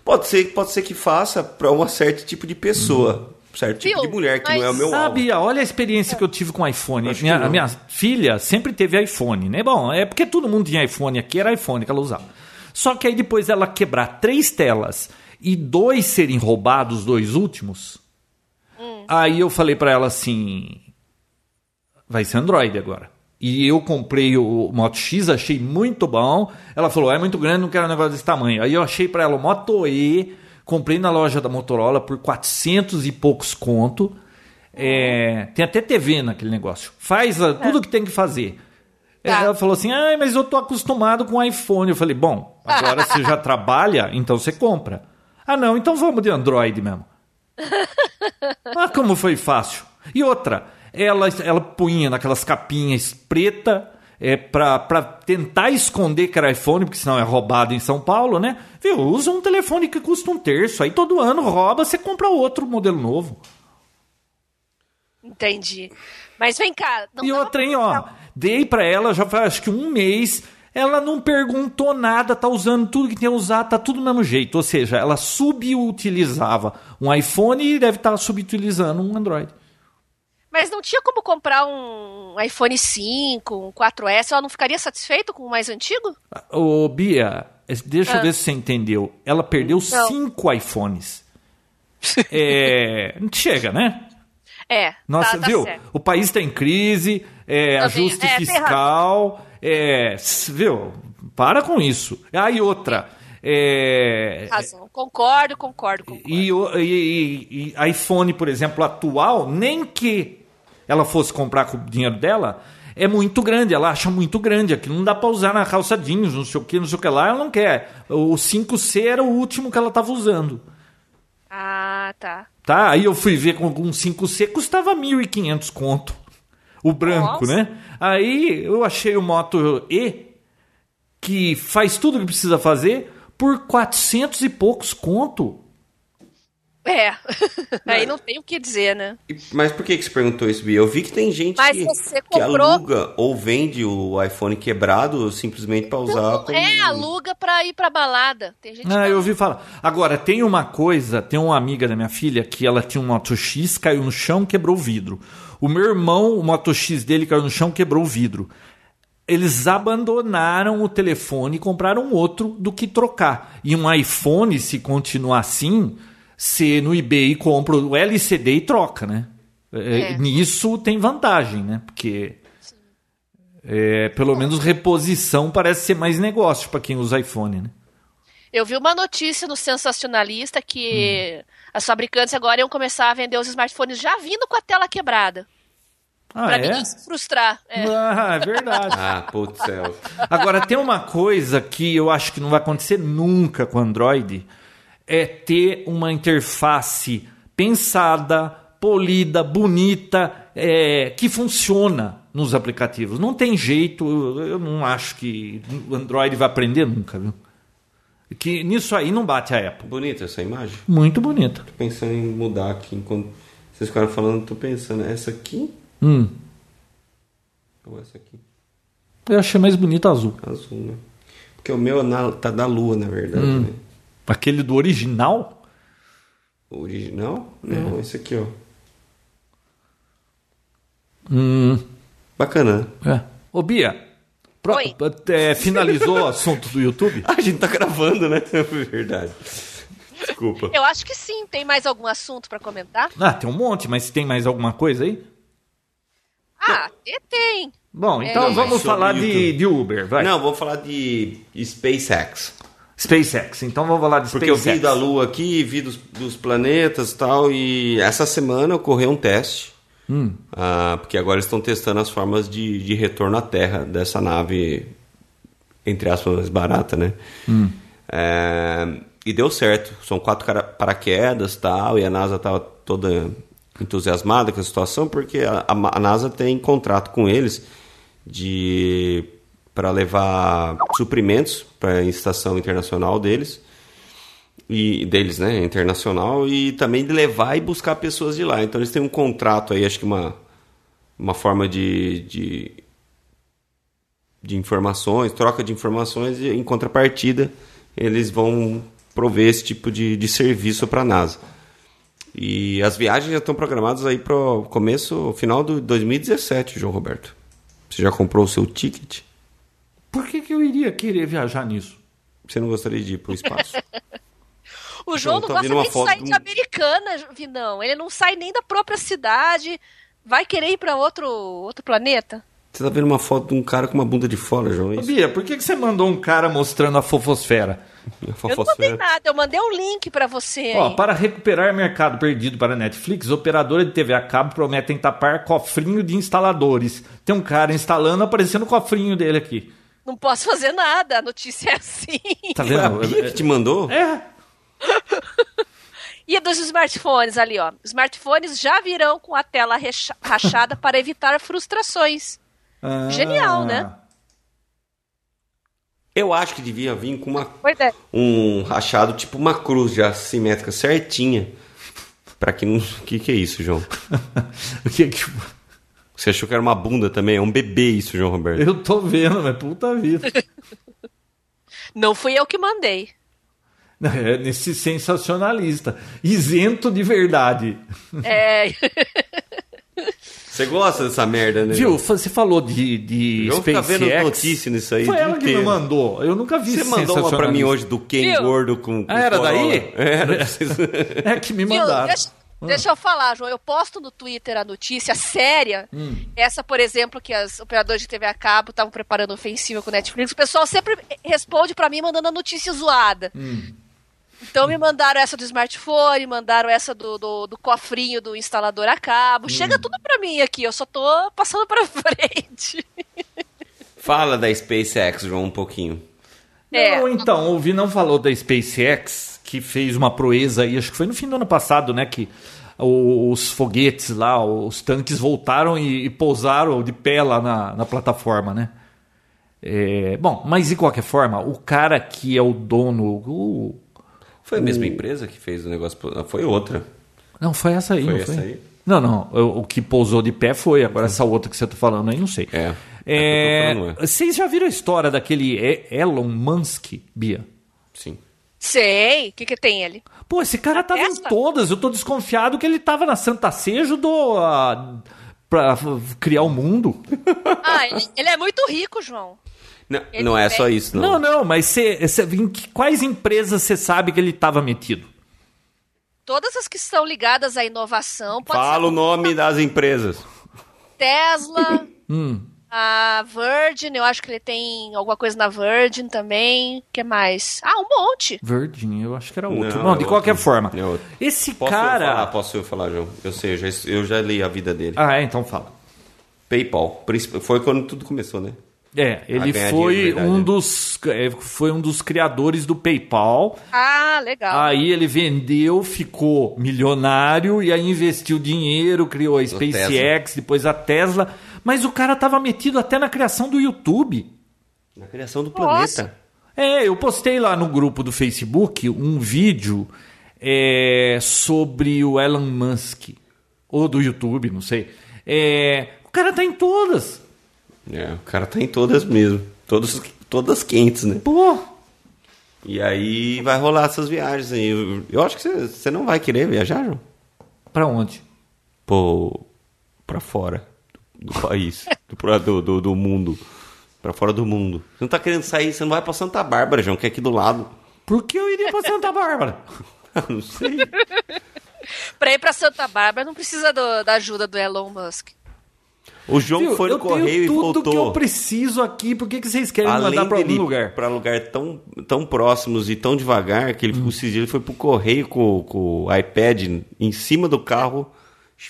Pode ser, pode ser que faça pra um certo tipo de pessoa. Certo tipo Viu? de mulher, que não é o Mas meu Ah, alvo. Bia, olha a experiência que eu tive com o iPhone. Acho que Minha, não. a minha filha sempre teve iPhone, né? Bom, é porque todo mundo tinha iPhone aqui, era iPhone que ela usava. Só que aí depois ela quebrar três telas e dois serem roubados, os dois últimos. Hum. Aí eu falei pra ela assim: vai ser Android agora. E eu comprei o Moto X, achei muito bom. Ela falou: "Ah, é muito grande, não quero um negócio desse tamanho. Aí eu achei pra ela o Moto E, comprei na loja da Motorola por 400 e poucos conto. É, tem até TV naquele negócio. Faz a- tudo o que tem que fazer. Tá. Ela falou assim: ah, mas eu tô acostumado com iPhone. Eu falei: bom, agora você já trabalha, então você compra. Ah, não, então vamos de Android mesmo. Ah, como foi fácil. E outra, ela, ela punha naquelas capinhas preta é, pra, pra tentar esconder que era iPhone, porque senão é roubado em São Paulo, né? Viu, usa um telefone que custa um terço, aí todo ano rouba, você compra outro modelo novo. Entendi. Mas vem cá. não tá e dava um- outra, hein, ó, dei pra ela já faz acho que um mês, ela não perguntou nada, tá usando tudo que tem a usar, tá tudo do mesmo jeito. Ou seja, ela subutilizava um iPhone e deve estar subutilizando um Android. Mas não tinha como comprar um iPhone 5, um 4S, ela não ficaria satisfeita com o mais antigo? Ô, Bia, deixa eu ver se você entendeu. Ela perdeu Ah. Não. *laughs* cinco iPhones. É, chega, né? É. Nossa, tá, tá viu? certo. O país está em crise, é, ajuste é, tem fiscal, é, s- viu? Para com isso. Ah, e outra. É, Razão. Concordo, concordo, concordo. e, o- e- e- e iPhone, por exemplo, atual, nem que ela fosse comprar com o dinheiro dela, é muito grande, ela acha muito grande, aquilo não dá pra usar na calça jeans, não sei o que, não sei o que lá, ela não quer. O 5C era o último que ela tava usando. Ah, tá. Tá? Aí eu fui ver com um 5C, custava 1.500 conto. O branco, Nossa. né? Aí eu achei o Moto E, que faz tudo o que precisa fazer, por 400 e poucos conto. É. *laughs* Aí não tem o que dizer, né? E- Mas por que que você perguntou isso, Bia? Eu vi que tem gente Mas que, você que comprou- aluga ou vende o iPhone quebrado simplesmente pra usar Ah, como... um- É, aluga pra ir pra balada. Tem gente Ah, que eu ouvi falar. Agora, tem uma coisa, tem uma amiga da minha filha que ela tinha um Moto X, caiu no chão, quebrou o vidro. O meu irmão, o Moto X dele caiu no chão, quebrou o vidro. Eles abandonaram o telefone e compraram outro do que trocar. E um iPhone, se continuar assim, você no eBay compra o LCD e troca, né? É, É. Nisso tem vantagem, né? Porque é, pelo menos reposição parece ser mais negócio para quem usa iPhone, né? Eu vi uma notícia no Sensacionalista que Hum. as fabricantes agora iam começar a vender os smartphones já vindo com a tela quebrada. Ah, pra é? ninguém se frustrar. É. Ah, é verdade. Ah, putz, céu. *laughs* Agora, tem uma coisa que eu acho que não vai acontecer nunca com Android, é ter uma interface pensada, polida, bonita, é, que funciona nos aplicativos. Não tem jeito, eu- eu não acho que o Android vai aprender nunca, viu? Que nisso aí não bate a Apple. Bonita essa imagem. Muito bonita. Tô pensando em mudar aqui. Enquanto vocês ficaram falando, tô pensando, essa aqui Hum, ou essa aqui? eu achei mais bonita a azul. Azul, né? Porque o meu é na- tá da lua, na verdade, né? Aquele do original? O original? Não, esse aqui, ó. Hum, Bacana. né? é. Ô, Bia, pro- Oi. é, finalizou o assunto do *laughs* YouTube? Ah, *laughs* a gente tá gravando, né? *laughs* verdade. Desculpa. Eu acho que sim. Tem mais algum assunto pra comentar? Ah, tem um monte, mas tem mais alguma coisa aí? Ah, e tem. Bom, então Não, É. mas vamos sobre falar de, YouTube. de Uber, vai. Não, vou falar de SpaceX. SpaceX, então vamos falar de Porque SpaceX. eu vi da Lua aqui, vi dos, dos planetas e tal, e essa semana ocorreu um teste. Ah, porque agora eles estão testando as formas de, de retorno à Terra dessa nave, entre aspas, mais barata, né? É, e deu certo. São quatro cara- paraquedas e tal, e a NASA estava toda entusiasmada com a situação, porque a, a ma- a NASA tem contrato com eles de para levar suprimentos para a estação internacional deles e deles, né, internacional e também de levar e buscar pessoas de lá. Então eles têm um contrato aí, acho que uma uma forma de, de de informações, troca de informações e em contrapartida eles vão prover esse tipo de, de serviço para a NASA. E as viagens já estão programadas aí para o começo, final de 2017, João Roberto. Você já comprou o seu ticket? Por que, que eu iria querer viajar nisso? Você não gostaria de ir para o espaço? O João tô não gosta vendo uma nem de foto sair de de, um- Americana, Vinão. Ele não sai nem da própria cidade. Vai querer ir pra outro, outro planeta? Você tá vendo uma foto de um cara com uma bunda de fora, João? É Ô, Isso, Bia, por que, que você mandou um cara mostrando a fofosfera? é Eu não mandei fofosfera. nada, eu mandei um link pra você. Ó, aí. para recuperar mercado perdido para a Netflix, operadora de TV a cabo prometem tapar cofrinho de instaladores. Tem um cara instalando, aparecendo o cofrinho dele aqui. Não posso fazer nada, a notícia é assim. *laughs* Tá Foi a vendo? Bia que te mandou? É. E dos smartphones ali, ó. Smartphones já virão com a tela recha- rachada para evitar frustrações. Ah. Genial, né? Eu acho que devia vir com uma, Pois é. um rachado, tipo uma cruz já simétrica, certinha. Pra que não... O que que é isso, João? *laughs* o que que... Você achou que era uma bunda também? É um bebê isso, João Roberto. Eu tô vendo, mas puta *laughs* vida. Não fui eu que mandei. É, nesse sensacionalista. Isento de verdade. É. Você gosta dessa merda, né? Viu? Você falou de, de João fica SpaceX. vendo notícia nisso aí. o Foi dia ela que me inteiro. mandou. Eu nunca vi Você esse mandou uma pra mim sensacionalista. hoje do Ken Viu? gordo com, com Ah, era Corolla. daí? Era. É que me Viu? mandaram. Ah. Deixa, deixa eu falar, João. Eu posto no Twitter a notícia séria. Hum. Essa, por exemplo, que as operadoras de TV a cabo estavam preparando ofensiva com o Netflix. O pessoal sempre responde pra mim mandando a notícia zoada. Hum. Então me mandaram essa do smartphone, mandaram essa do, do, do cofrinho do instalador a Hum. cabo. Chega tudo pra mim aqui, eu só tô passando pra *laughs* frente. *laughs* Fala da SpaceX, João, um pouquinho. É. Não, então, o Vinão falou da SpaceX, que fez uma proeza aí, acho que foi no fim do ano passado, né? Que o- os foguetes lá, os tanques voltaram e, e pousaram de pé lá na, na plataforma, né? É, bom, mas de qualquer forma, o cara que é o dono. o- Foi a mesma empresa que fez o negócio? pro- Foi outra. Não, foi essa aí, Foi não essa aí? Não, não. O, o que pousou de pé foi. Agora essa outra que você tá falando aí, não sei. É. É que É, eu tô falando, é. vocês já viram a história daquele E- Elon Musk, Bia? Sim. Sei, o que, que tem ele? Pô, esse cara tava em festa? todas. Eu tô desconfiado que ele tava na Santa Ceia e ajudou a... pra f- criar *laughs* o mundo. Ah, ele, ele é muito rico, João. Não, Ele não é tem- só isso, Não, não, mas cê, cê- em que- quais empresas você sabe que ele tava metido? Todas as que são ligadas à inovação, pode Fala ser o nome das empresas. Tesla, A Virgin, eu acho que ele tem alguma coisa na Virgin também. O que mais? Ah, um monte. Virgin, eu acho que era outro. Não, Não, é de outro. qualquer forma. É outro. Esse Posso eu falar, cara. posso eu falar, João? Eu sei, eu já, eu já li a vida dele. Ah, é, então fala. PayPal. princip- Foi quando tudo começou, né? É, ele ganhar foi dinheiro, verdade, um é. dos é, foi um dos criadores do PayPal. Ah, legal. Aí ele vendeu, ficou milionário e aí investiu dinheiro, criou a SpaceX, depois a Tesla, mas o cara tava metido até na criação do YouTube. Na criação do Nossa. planeta. É, eu postei lá no grupo do Facebook um vídeo é, sobre o Elon Musk. Ou do YouTube, não sei. É, o cara tá em todas. É, o cara tá em todas mesmo. Todos, todas quentes, né? Pô, E aí vai rolar essas viagens aí. Eu, eu acho que você- você não vai querer viajar, João? pra onde? Pô, pra fora do país, do, pra- do, do, do mundo. Pra fora do mundo. Você não tá querendo sair, você não vai pra Santa Bárbara, João, que é aqui do lado. *laughs* Por que eu iria pra Santa Bárbara? Ah, não sei. Pra ir pra Santa Bárbara não precisa do- da ajuda do Elon Musk. O João Viu, foi no eu correio tenho e tudo voltou. que eu preciso aqui. Por que, que vocês querem me Além mandar pra algum dele lugar? Pra lugar tão, tão próximos e tão devagar que ele, Hum. o Cidinho foi pro correio com, com o iPad em cima do carro,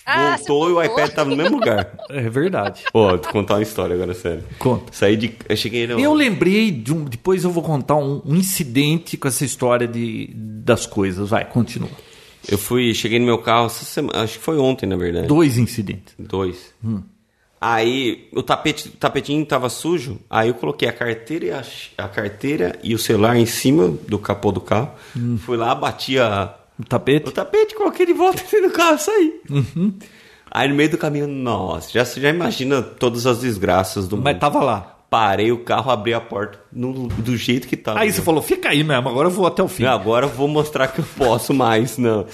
Ah, voltou você e o voltou. iPad tava no mesmo *laughs* lugar. É verdade. Ó, vou contar uma história agora, sério. Conta. Saí de. Eu cheguei né, no. Eu lembrei de um. Depois eu vou contar um, um incidente com essa história de, das coisas. Vai, continua. Eu fui, cheguei no meu carro essa semana. Acho que foi ontem, na verdade. Dois incidentes. Dois. Hum. Aí o tapete, o tapetinho tava sujo, aí eu coloquei a carteira e a, ch- a carteira e o celular em cima do capô do carro. Hum. Fui lá, bati a- O o tapete? tapete, coloquei de volta dentro do carro, saí. Aí no meio do caminho, nossa, já já imagina todas as desgraças do Mas tá- mundo. tava lá. Parei o carro, abri a porta no- do jeito que tava. Aí você falou, fica aí mesmo, agora eu vou até o fim. Não, agora eu vou mostrar que eu posso mais, não.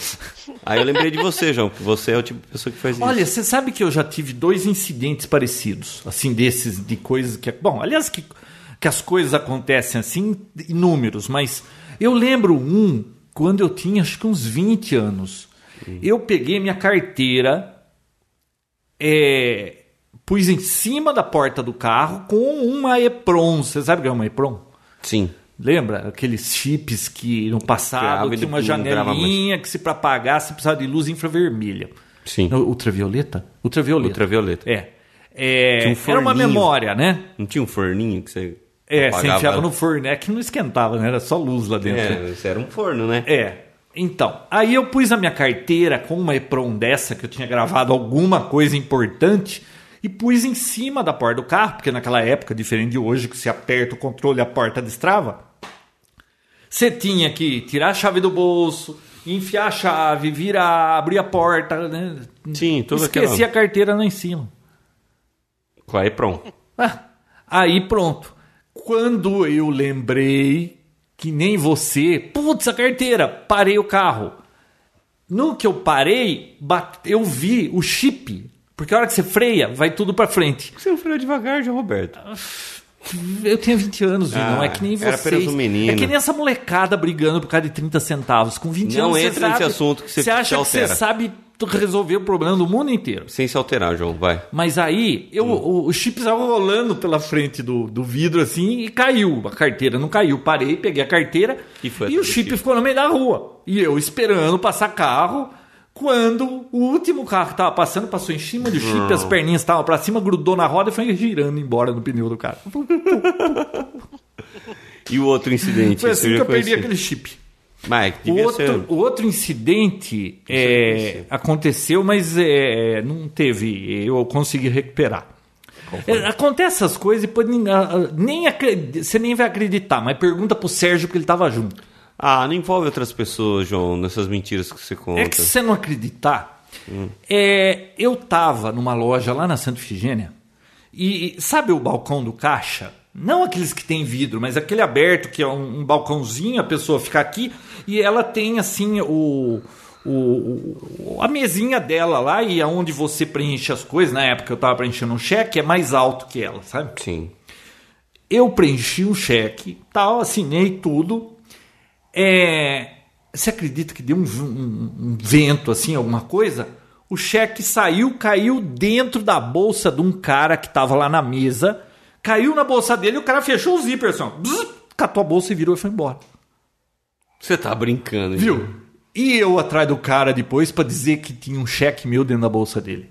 Aí eu lembrei de você, João, que você é o tipo de pessoa que faz Olha, isso. você sabe que eu já tive dois incidentes parecidos, assim, desses, de coisas que. Bom, aliás, que, que as coisas acontecem assim, inúmeros, mas eu lembro um quando eu tinha acho que uns 20 anos. Hum. Eu peguei minha carteira, é, pus em cima da porta do carro com uma EPROM. Você sabe o que é uma EPROM? Sim. Lembra? Aqueles chips que no passado Grava e tinha uma não grava mais. janelinha que se para apagar você precisava de luz infravermelha. Sim. Não, ultravioleta? Ultravioleta. Ultravioleta. É. É, Tinha um era uma forninho. memória, né? Não tinha um forninho que você. É, você apagava? enfiava no forno. É que não esquentava, né? Era só luz lá dentro. É, isso era um forno, né? É. Então, aí eu pus a minha carteira com uma EPROM dessa, que eu tinha gravado alguma coisa importante, e pus em cima da porta do carro, porque naquela época, diferente de hoje, que você aperta o controle e a porta destrava, você tinha que tirar a chave do bolso, enfiar a chave, virar, abrir a porta, né? Sim, tudo aquilo. Esqueci a carteira lá em cima. Com a Epron. Ah, aí pronto. Quando eu lembrei que nem você, putz, a carteira, parei o carro. No que eu parei, bate- eu vi o chip. Porque a hora que você freia, vai tudo pra frente. Você não freou devagar, João Roberto. Eu tinha 20 anos, viu? Ah, não é que nem vocês. era apenas um menino. É que nem essa molecada brigando por causa de 30 centavos. Com 20 Não anos, entra você sabe, nesse assunto que você Você acha se que você altera. sabe resolver o problema do mundo inteiro. Sem se alterar, João, vai. Mas aí, Hum. eu, o, o chip estava rolando pela frente do, do vidro assim e caiu. A carteira não caiu. Parei, peguei a carteira E foi o atrás do chip chip. ficou no meio da rua. E eu esperando passar carro. Quando o último carro que estava passando passou em cima do chip, as perninhas estavam para cima, grudou na roda e foi girando embora no pneu do carro. E o outro incidente? Foi Esse assim que já eu perdi conheci. aquele chip. Mike, O devia outro, ser. o outro incidente eu é, conheci. aconteceu, mas é, não teve. Eu consegui recuperar. É, acontece essas coisas e pode, nem- ah, ah, nem acre- você nem vai acreditar, mas pergunta pro Sérgio porque ele tava junto. Ah, não envolve outras pessoas, João, nessas mentiras que você conta. É que se você não acreditar, é, eu tava numa loja lá na Santa Figênia e e sabe o balcão do caixa? Não aqueles que tem vidro, mas aquele aberto que é um, um balcãozinho, a pessoa fica aqui e ela tem assim o, o- o- a mesinha dela lá e aonde você preenche as coisas. Na época eu tava preenchendo um cheque, é mais alto que ela, sabe? Sim. Eu preenchi um cheque, tal, assinei tudo. É, você acredita que deu um, v- um- um vento assim, um alguma coisa? O cheque saiu, caiu dentro da bolsa de um cara que tava lá na mesa. Caiu na bolsa dele e o cara fechou o zíper, assim, ó. Bzz, catou a bolsa e virou e foi embora. Você tá brincando, hein? Viu? E eu atrás do cara depois pra dizer que tinha um cheque meu dentro da bolsa dele.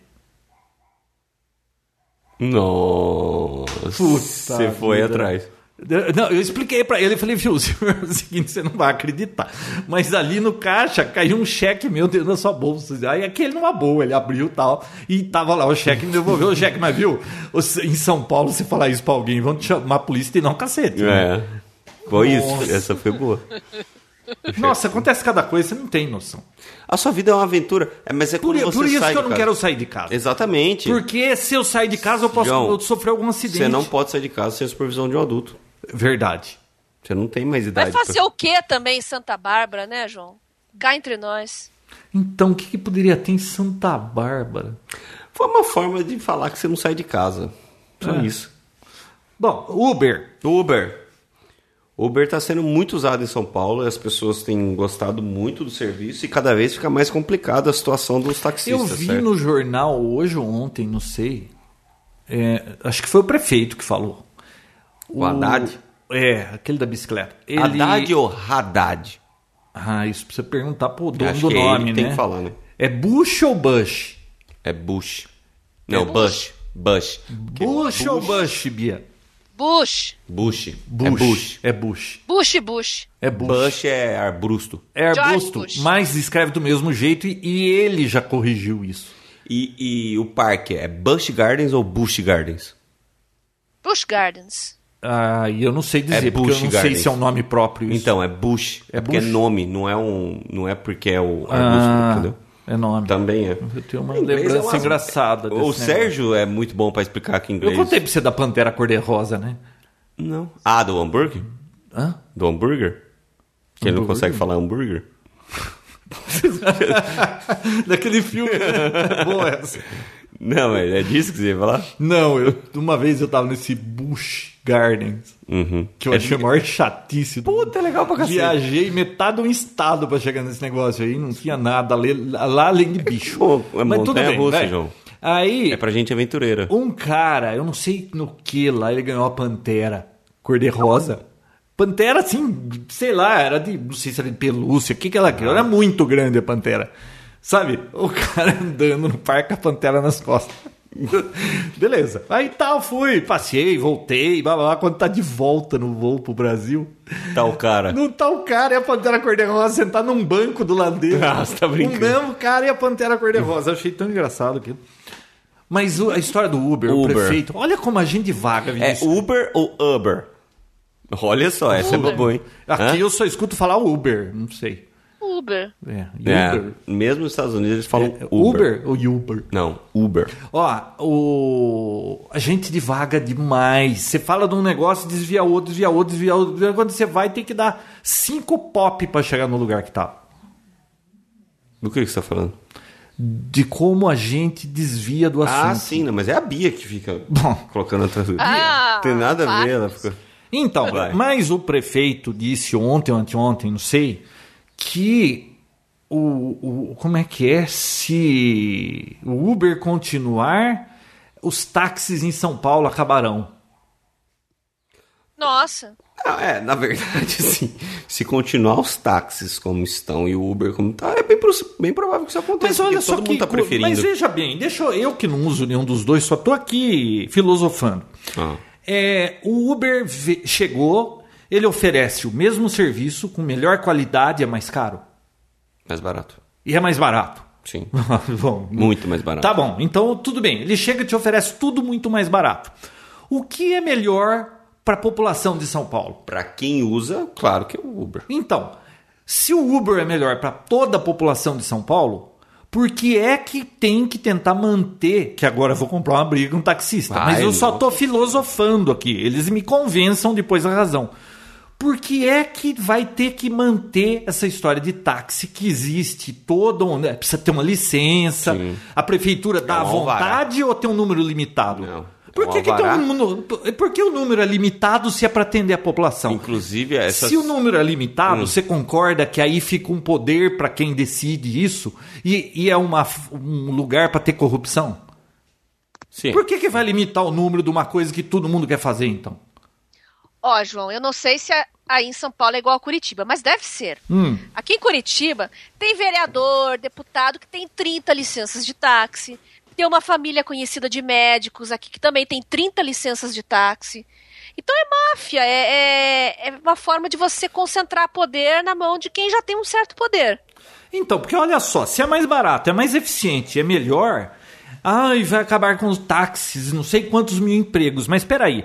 Nossa. Você foi vida. atrás. Eu- Não, eu expliquei pra ele, eu falei, viu, *laughs* senhor, é o seguinte, você não vai acreditar. Mas ali no caixa caiu um cheque meu dentro da sua bolsa. Aí aquele numa boa, ele abriu e tal. E tava lá o cheque, me devolveu o cheque. Mas viu, os- em São Paulo, se falar isso pra alguém, vão te chamar a polícia e não cacete. né? É. Foi isso. Nossa. Essa foi boa. Nossa, acontece cada coisa, você não tem noção. A sua vida é uma aventura. É, mas é Por, quando você por isso sai que eu de não casa. quero sair de casa. Exatamente. Porque se eu sair de casa, eu posso João, sofrer algum acidente. Você não pode sair de casa sem a supervisão de um adulto. Verdade. Você não tem mais Vai idade. fazer pra- o quê também em Santa Bárbara, né, João? Cá entre nós. Então, o que, que poderia ter em Santa Bárbara? Foi uma forma de falar que você não sai de casa. Só É. isso. Bom, Uber. Uber. Uber está sendo muito usado em São Paulo e as pessoas têm gostado muito do serviço e cada vez fica mais complicada a situação dos taxistas. Eu vi certo? no jornal hoje ou ontem, não sei. é, acho que foi o prefeito que falou. O Haddad? É, aquele da bicicleta. Ele... Haddad ou Haddad? Ah, isso precisa perguntar pro dono Acho do que é nome, ele que né? tem que falar, né? É Bush ou Bush? É Bush. Não, Bush. Bush. É Bush, ou Bush, Bia? Bush. Bush. É Bush. Bush. É Bush. Bush, Bush. É Bush. Bush é arbusto. É George arbusto, Bush. mas escreve do mesmo jeito e, e ele já corrigiu isso. E, e o parque é Bush Gardens ou Bush Gardens? Bush Gardens. Ah, e eu não sei dizer, É porque eu Bush não sei Gardens. se é um nome próprio isso. Então, é Bush. É É porque Bush? é nome, não é um. Não é porque é o arbusto, ah, entendeu? é nome. Também é. Eu tenho uma Então, Em inglês lembrança umas- engraçada desse O negócio. Sérgio é muito bom pra explicar aqui em Eu inglês. contei pra você da Pantera Cor-de-Rosa, né? Não. Ah, do hambúrguer? Hã? Do hambúrguer? Que ele não Hambúrguer? consegue falar hambúrguer? *laughs* Daquele filme. *laughs* Boa essa. Não, mas é disso que você ia falar? Não, eu, uma vez eu tava nesse Bush Gardens, Uhum. que eu achei a maior chatice. do mundo. Puta, é legal pra cacete. Viajei metade de um estado pra chegar nesse negócio aí, não tinha nada ale- lá além de bicho. Pô, é montanha russa, vai. João. Aí, É pra gente aventureira. um cara, eu não sei no que lá, ele ganhou a Pantera cor-de-rosa. Pantera, assim, sei lá, era de. Não sei se era de pelúcia, o que, que ela era? Era muito grande a Pantera. Sabe? O *laughs* cara andando no parque com a Pantera nas costas. *laughs* Beleza. Aí tal, fui, passei, voltei, blá blá blá. Quando tá de volta no voo pro Brasil, Tá o cara. não tá o cara e a Pantera Cor-de-Rosa sentado num banco do lado dele. Ah, você tá brincando. O mesmo cara e a Pantera Cor-de-Rosa. Eu achei tão engraçado aquilo. Mas o- a história do Uber, o Uber. prefeito, olha como a gente vaga, É Vinícius. Uber ou Uber? Olha só, essa é Uber. bobo, hein? Aqui Hã? eu só escuto falar Uber, não sei. Uber. É, É, Uber. É, mesmo nos Estados Unidos eles falam Uber. Uber ou Uber? Não, Uber. Ó, o... a gente divaga demais. Você fala de um negócio, desvia outro, desvia outro, desvia outro. Quando você vai, tem que dar cinco pop pra chegar no lugar que tá. Do que que você tá falando? De como a gente desvia do assunto. Ah, sim, não, mas é a Bia que *laughs* fica Bom. colocando atrás do Ah, Tem nada a ver, fatos. ela fica. Então, Vai. mas o prefeito disse ontem, anteontem, não sei, que o, o como é que é se o Uber continuar, os táxis em São Paulo acabarão. Nossa. Ah, é, na verdade, *laughs* sim. Se continuar os táxis como estão e o Uber como tá, é bem, pro- bem provável que isso aconteça. Mas olha porque só todo que mundo tá co- preferindo. Mas é- veja bem, deixa eu, eu que não uso nenhum dos dois, só tô aqui filosofando. Ah. É, o Uber ve- chegou, ele oferece o mesmo serviço com melhor qualidade, é mais caro Mais barato. e é mais barato. *laughs* Sim. Bom, Muito mais barato. Tá bom, então tudo bem. Ele chega e te oferece tudo muito mais barato. O que é melhor para a população de São Paulo? Pra quem usa, claro que é o Uber. Então, se o Uber é melhor para toda a população de São Paulo, por que é que tem que tentar manter? Que agora eu vou comprar uma briga com um taxista. Vai, mas eu só não. tô filosofando aqui. Eles me convençam depois da razão. Por que é que vai ter que manter essa história de táxi que existe toda? um- né, Precisa ter uma licença. A prefeitura dá É à uma alvará. vontade ou tem um número limitado? Não. É Por que, que tem alvará. um número- por que o número é limitado se é para atender a população? Então, Inclusive, essa... Se o número é limitado, você concorda que aí fica um poder para quem decide isso e, e é uma f- um lugar para ter corrupção? Sim. Por que, que vai limitar o número de uma coisa que todo mundo quer fazer, então? Ó, João, eu não sei se a- aí em São Paulo é igual a Curitiba, mas deve ser. Hum. Aqui em Curitiba, tem vereador, deputado que tem 30 licenças de táxi. Tem uma família conhecida de médicos aqui que também tem 30 licenças de táxi. Então é máfia, é, é- é uma forma de você concentrar poder na mão de quem já tem um certo poder. Então, porque olha só, se é mais barato, é mais eficiente, é melhor, ai, vai acabar com os táxis, não sei quantos mil empregos, mas peraí,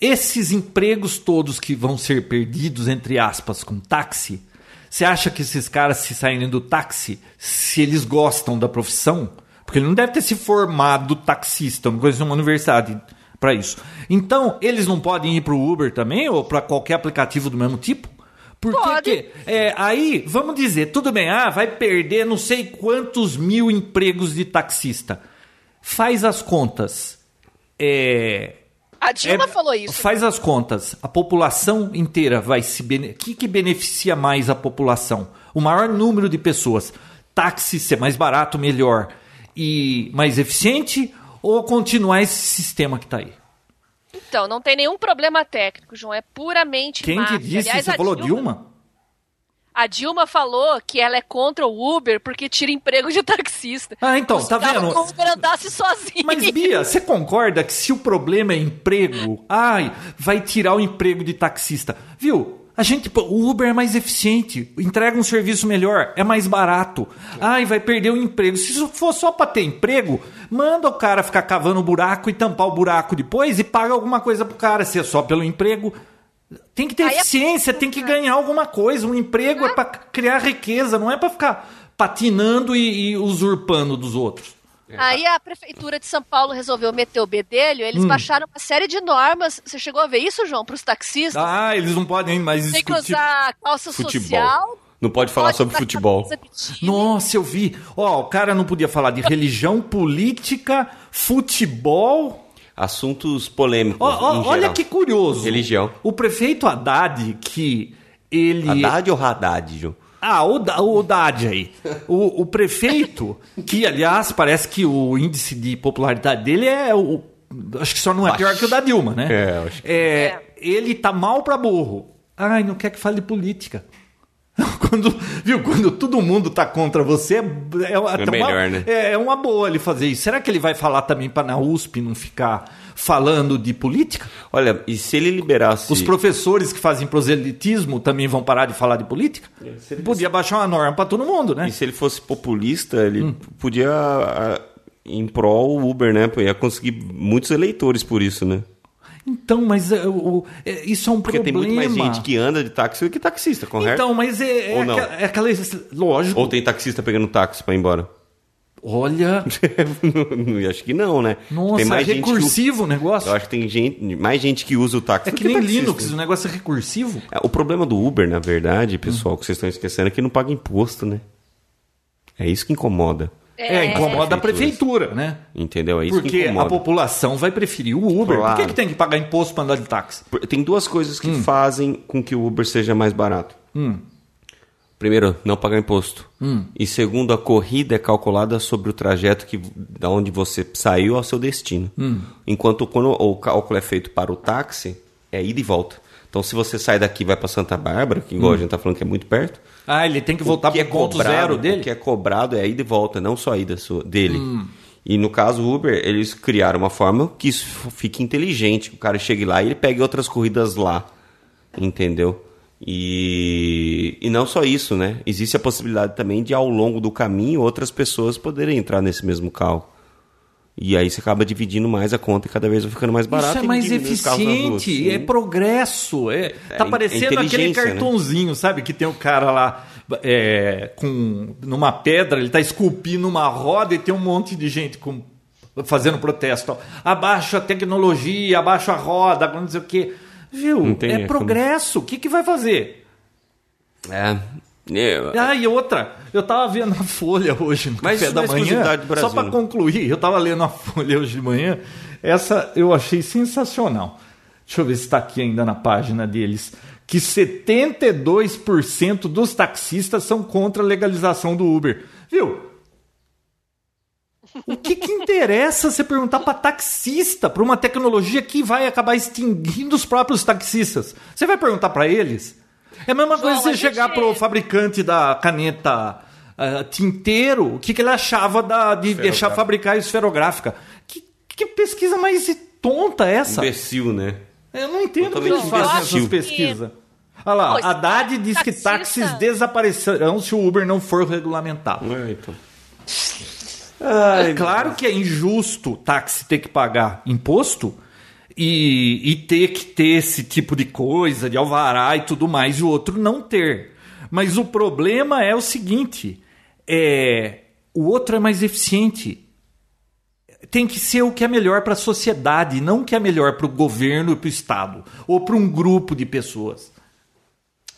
esses empregos todos que vão ser perdidos, entre aspas, com táxi, você acha que esses caras se saírem do táxi, se eles gostam da profissão? Porque ele não deve ter se formado taxista, eu não conheço uma universidade para isso. Então, eles não podem ir para o Uber também ou para qualquer aplicativo do mesmo tipo? Por que Pode. que é, aí, vamos dizer, tudo bem, ah, vai perder não sei quantos mil empregos de taxista. Faz as contas. É, A Dilma é, falou isso. né? Faz as contas. A população inteira vai se bene... O que, que beneficia mais a população? O maior número de pessoas. Táxi ser mais barato, melhor e mais eficiente ou continuar esse sistema que está aí? Então, não tem nenhum problema técnico, João. É puramente Quem que máfia. disse? Aliás, Você a falou Dilma? A Dilma falou que ela é contra o Uber porque tira emprego de *laughs* taxista. Ah, então, tá Gostava vendo? que o Uber andasse sozinho. Mas, Bia, você concorda que se o problema é emprego, ai, vai tirar o emprego de taxista? Viu? A gente, pô, o Uber é mais eficiente, entrega um serviço melhor, é mais barato. Ai, vai perder o emprego. Se isso for só pra ter emprego, manda o cara ficar cavando o buraco e tampar o buraco depois e paga alguma coisa pro cara, se é só pelo emprego. Tem que ter Aí é- eficiência, tem que ganhar alguma coisa. Um emprego é pra criar riqueza, não é pra ficar patinando e- e usurpando dos outros. É. Aí a prefeitura de São Paulo resolveu meter o bedelho, eles Hum. baixaram uma série de normas. Você chegou a ver isso, João, pros taxistas? Ah, eles não podem mais Tem que discutir. usar calça futebol. social. Não pode falar pode sobre usar futebol. camisa de time. Nossa, eu vi. Ó, o cara não podia falar de religião, política, futebol. Assuntos polêmicos. Ó, ó, em olha geral. que curioso. Religião. O prefeito Haddad, que ele. Haddad ou Haddad, João? Ah, o, Da- o Haddad aí. O, o prefeito, que aliás parece que o índice de popularidade dele é o. Acho que só não é pior que o da Dilma, né? É, eu acho É, É. Ele tá mal pra burro. Ai, não quer que fale de política. *laughs* Quando, viu, quando todo mundo tá contra você, é, é até uma- melhor, né? É, é uma boa ele fazer isso. Será que ele vai falar também pra na USP não ficar falando de política? Olha, e se ele liberasse. Os professores que fazem proselitismo também vão parar de falar de política? É, Podia baixar uma norma pra todo mundo, né? E se ele fosse populista, ele Hum. podia ah, em prol o Uber, né? Pô, Ia conseguir muitos eleitores por isso, né? Então, mas é, o- é, isso é um Porque problema. tem muito mais gente que anda de táxi do que taxista, correto? Então, mas é, é Ou não? aquela, é aquela- Lógico. Ou tem taxista pegando táxi pra ir embora? *laughs* Olha. Eu acho que não, né? Nossa, tem mais é gente que usa- recursivo o negócio. Eu acho que tem gente, mais gente que usa o táxi É do que nem taxista. Linux, Hum. o negócio é recursivo. É, O problema do Uber, na verdade, pessoal, que vocês estão esquecendo, é que não paga imposto, né? É isso que incomoda. É, incomoda a prefeitura, né? Entendeu? É isso que Porque a incomoda. população vai preferir o Uber. Por que, Claro. que tem que pagar imposto para andar de táxi? Por- Tem duas coisas que fazem com que o Uber seja mais barato. Primeiro, não pagar imposto. E segundo, a corrida é calculada sobre o trajeto que, da onde você saiu ao seu destino. Enquanto quando o cálculo é feito para o táxi, é ida e volta. Então, se você sai daqui e vai para Santa Bárbara, que igual a gente está falando que é muito perto, Ah, ele tem que voltar o que para é o ponto cobrado, zero O dele? Hum. que é cobrado é a ida e volta, não só a ida sua- dele. E no caso Uber, eles criaram uma forma que isso f- fique inteligente. O cara chegue lá e ele pegue outras corridas lá. Entendeu? E, e não só isso, né? Existe a possibilidade também de, ao longo do caminho, outras pessoas poderem entrar nesse mesmo carro. E aí você acaba dividindo mais a conta e cada vez vai ficando mais barato. Isso é e mais diminuindo os carros na rua. eficiente, é Sim. progresso. É, tá é parecendo aquele inteligência, né? cartãozinho, sabe? Que tem o cara lá é, com numa pedra, ele tá esculpindo uma roda e tem um monte de gente com, fazendo protesto. ó. Abaixo a tecnologia, abaixo a roda, não sei o quê. Viu? Não tem né? É como. progresso. O que, que vai fazer? É. É, Ah, e outra, eu tava vendo a Folha hoje no Mas café isso da não é manhã. exclusividade do Só Brasil. pra concluir, eu tava lendo a *laughs* Folha hoje de manhã Essa eu achei sensacional. Deixa eu ver se está aqui ainda na página deles. Que 72% dos taxistas são contra a legalização do Uber. Viu? O que, que interessa você perguntar para taxista, para uma tecnologia que vai acabar extinguindo os próprios taxistas? Você vai perguntar para eles? É a mesma João, coisa a você gente- chegar pro fabricante da caneta ah, tinteiro, o que, que ele achava da- de deixar fabricar esferográfica. Que, que pesquisa mais tonta é essa? Imbecil, né? Eu não entendo o que Totalmente eles fazem nessas imbecil. pesquisas. Olha lá, Pô, esse Haddad cara é diz que taxista. táxis desaparecerão se o Uber não for regulamentado. É, então. É claro que é injusto o táxi ter que pagar imposto e, e ter que ter esse tipo de coisa, de alvará e tudo mais, e o outro não ter. Mas o problema é o seguinte: é, o outro é mais eficiente. Tem que ser o que é melhor para a sociedade, não o que é melhor para o governo e para o Estado, ou para um grupo de pessoas.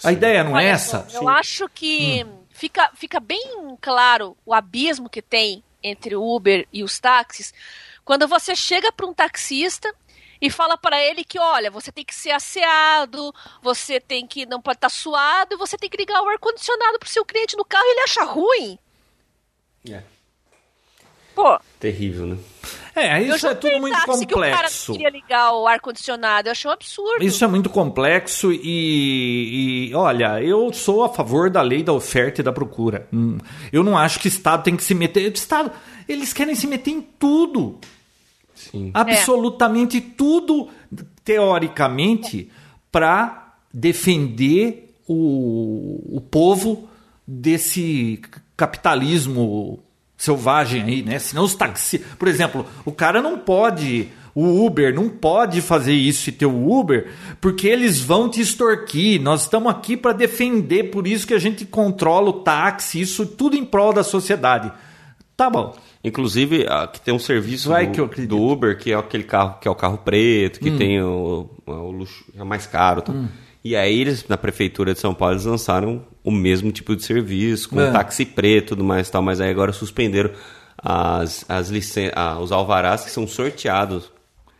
A ideia não é Olha essa? Hum. só, Eu acho que fica, fica bem claro o abismo que tem entre o Uber e os táxis quando você chega para um taxista e fala para ele que, olha, você tem que ser asseado, você tem que não pode estar suado e você tem que ligar o ar-condicionado para o seu cliente no carro e ele acha ruim. É. Pô, Terrível, né? É, eu isso já é tudo vi muito táxi que o cara complexo. não queria ligar o ar-condicionado, eu achei um absurdo. Isso é muito complexo e, e, olha, eu sou a favor da lei da oferta e da procura. Hum, Eu não acho que Estado tem que se meter. Estado, eles querem se meter em tudo, Sim. absolutamente tudo, teoricamente, para defender o, o povo desse c- capitalismo selvagem aí, né? Senão os taxis, por exemplo, o cara não pode, o Uber não pode fazer isso e ter o Uber, porque eles vão te extorquir. Nós estamos aqui para defender, por isso que a gente controla o táxi, isso tudo em prol da sociedade. Tá bom. Inclusive, ah, que tem um serviço Vai do, que eu acredito. Hum. do Uber, que é aquele carro que é o carro preto, que tem o, o luxo é mais caro. Tá? E aí eles, na prefeitura de São Paulo, eles lançaram o mesmo tipo de serviço, com É. táxi preto e tudo mais e tal, mas aí agora suspenderam as, as licen ah, os alvarás que são sorteados.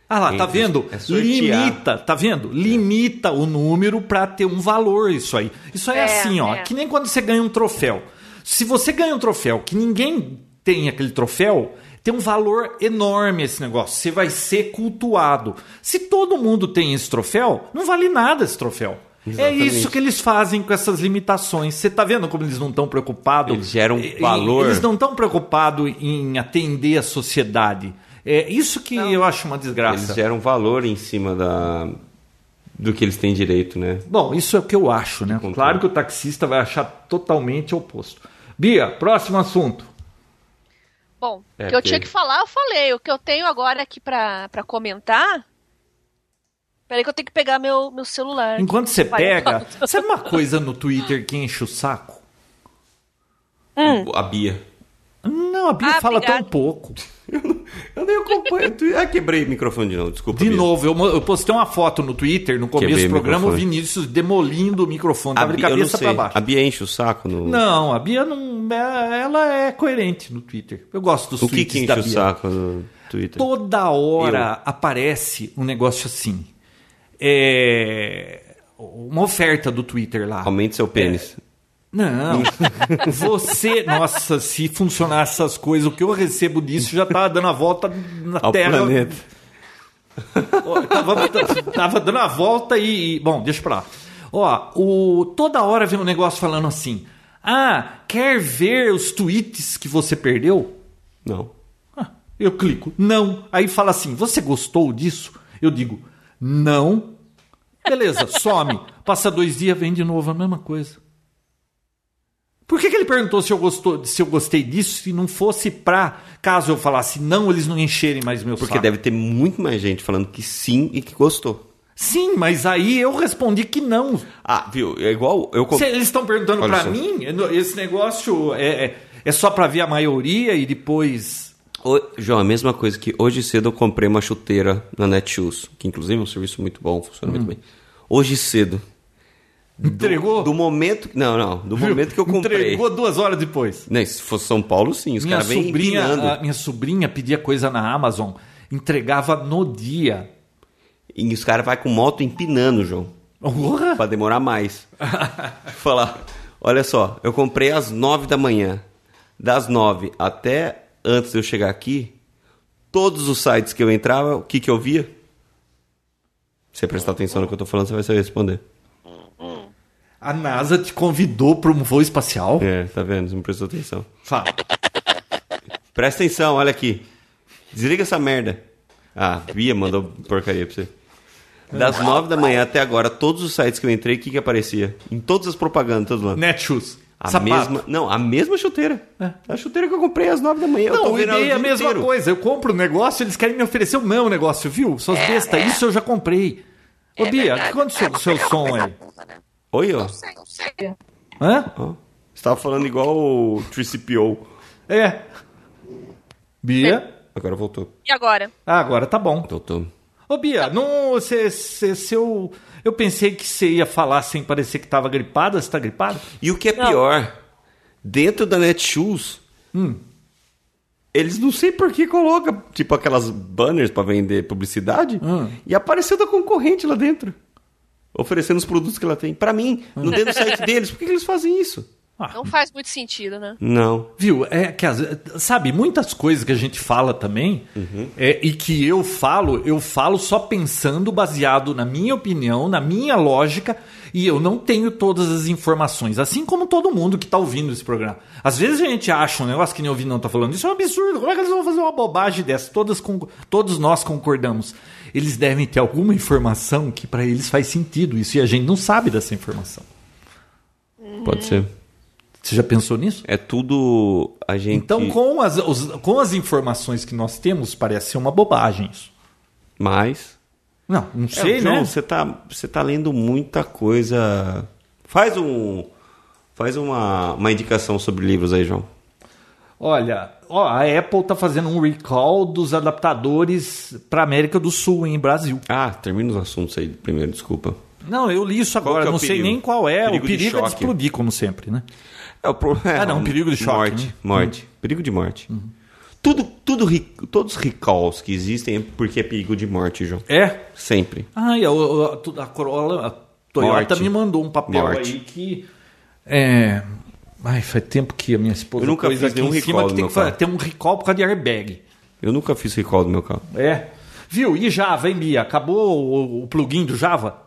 Ah lá, tá É, vendo? é sortear. Limita, tá vendo? Limita o número pra ter um valor isso aí. Isso aí é, É, assim, ó, é. que nem quando você ganha um troféu. Se você ganha um troféu que ninguém tem aquele troféu, tem um valor enorme esse negócio. Você vai ser cultuado. Se todo mundo tem esse troféu, não vale nada esse troféu. É Exatamente. isso que eles fazem com essas limitações. Você tá vendo como eles não estão preocupados? Eles geram um E- e- valor. Eles não estão preocupados em atender a sociedade. É isso que eu acho uma desgraça. Eles geram valor em cima da, do que eles têm direito, né? Bom, isso é o que eu acho, né? Concordo. Claro que o taxista vai achar totalmente oposto. Bia, próximo assunto. Bom, É, o que eu porque- tinha que falar, eu falei. O que eu tenho agora aqui pra, pra comentar. Peraí, que eu tenho que pegar meu, meu celular. Enquanto você Vai, pega, Eduardo. sabe uma coisa no Twitter que enche o saco? A Bia. Não, a Bia Ah, fala obrigada. tão pouco. Eu nem acompanho. tu- ah, quebrei o microfone de novo, desculpa. De Bia. novo, eu, mo- eu postei uma foto no Twitter no começo Quebrei do o programa, o microfone. Vinícius demolindo o microfone, A tava tá de Bia, eu não cabeça sei. pra baixo. A Bia enche o saco no. Não, a Bia não. é- Ela é coerente no Twitter. Eu gosto dos O que, tweets que enche da o Bia. saco no Twitter? Toda hora aparece um negócio assim. É. Uma oferta do Twitter lá. Aumente seu pênis. *laughs* Não. Você. Nossa, se funcionar essas coisas, o que eu recebo disso já tava dando a volta na Ao Terra. planeta. Ó, tava, t- tava dando a volta e, e- Bom, deixa pra lá. Ó, o, toda hora vem um negócio falando assim. Ah, quer ver os tweets que você perdeu? Não. Ah, eu clico, não. Aí fala assim: você gostou disso? Eu digo, não. Beleza, some. Passa dois dias, vem de novo a mesma coisa. Por que, que ele perguntou se eu, gostou, se eu gostei disso se não fosse pra, caso eu falasse não, eles não encherem mais meu Porque saco? deve ter muito mais gente falando que sim e que gostou. Sim, mas aí eu respondi que não. Ah, viu? É igual eu. com- Se eles estão perguntando Olha pra só. mim, é esse negócio é, é, é só pra ver a maioria e depois. Ô, João, a mesma coisa que hoje cedo eu comprei uma chuteira na Netshoes, que inclusive é um serviço muito bom, funciona muito bem. Hoje cedo. Entregou? Do momento. Não, não. Do momento que eu comprei. Entregou duas horas depois. Não, se fosse São Paulo, sim. Os minha caras vêm sobrinha, empinando. a minha sobrinha pedia coisa na Amazon. Entregava no dia. E os caras vai com moto empinando, João. Porra! Pra demorar mais. Falar, olha só, eu comprei às nove da manhã. Das nove até antes de eu chegar aqui, todos os sites que eu entrava, o que que eu via? Se você prestar atenção no que eu tô falando, você vai saber responder. A NASA te convidou para um voo espacial? É, tá vendo? Você não prestou atenção. Fala. Presta atenção, olha aqui. Desliga essa merda. Ah, Bia mandou porcaria pra você. Das nove da manhã até agora, todos os sites que eu entrei, o que que aparecia? Em todas as propagandas, todos lá. Netshoes. A sapato. É. mesma, não, a mesma chuteira. A chuteira que eu comprei às nove da manhã. eu Não, tô o vendo ela ideia é a dia mesma inteiro. coisa. Eu compro o negócio, eles querem me oferecer o meu negócio, viu? Suas É, bestas, isso eu já comprei. Ô, Bia, o que aconteceu com o seu som aí? Oi, ó. Hã? Ó, Você tava falando igual o 3CPO. É. Bia? Agora voltou. E agora? Ah, agora tá bom. Voltou. Ô, Tá. Bia, não. Cê, cê, seu, eu pensei que você ia falar sem parecer que tava gripada. Você tá gripada? E o que é Não. pior, dentro da Netshoes, Hum. eles não sei por que colocam, tipo, aquelas banners pra vender publicidade, Hum. e apareceu da concorrente lá dentro, oferecendo os produtos que ela tem. Pra mim, no dentro do site deles, por que, que eles fazem isso? Ah, Não faz muito sentido, né? Não. Viu? É que, as- sabe, muitas coisas que a gente fala também é, e que eu falo, eu falo só pensando baseado na minha opinião, na minha lógica e eu não tenho todas as informações, assim como todo mundo que está ouvindo esse programa. Às vezes a gente acha um negócio que nem ouvi não tá falando, isso é um absurdo, como é que eles vão fazer uma bobagem dessa? Todas con- todos nós concordamos. Eles devem ter alguma informação que para eles faz sentido isso e a gente não sabe dessa informação. Pode ser. Você já pensou nisso? É tudo a gente... Então, com as, os- com as informações que nós temos, parece ser uma bobagem isso. Mas... Não, não sei, João, né? Você tá, você tá lendo muita coisa... Faz um... Faz uma, uma indicação sobre livros aí, João. Olha, ó, a Apple tá fazendo um recall dos adaptadores para América do Sul, em Brasil. Ah, termina os assuntos aí primeiro, desculpa. Não, eu li isso Qual que agora, é o não sei perigo? nem qual é. Perigo de o perigo é de choque. explodir, como sempre, né? É o problema. Ah, não, perigo de choque, Morte, né? Uhum. morte. Perigo de morte. Tudo, tudo, ri- todos os recalls que existem é porque é perigo de morte, João. É. Sempre. Ai, a, a, a Corolla, a Toyota Morte. me mandou um papel Morte. aí que. É. Ai, faz tempo que a minha esposa Eu nunca pôs fiz aqui nenhum em cima recall que no tem meu que fa- carro. ter um recall por causa de airbag. Eu nunca fiz recall do meu carro. É. Viu? E Java, hein, Bia? Acabou o, o plugin do Java?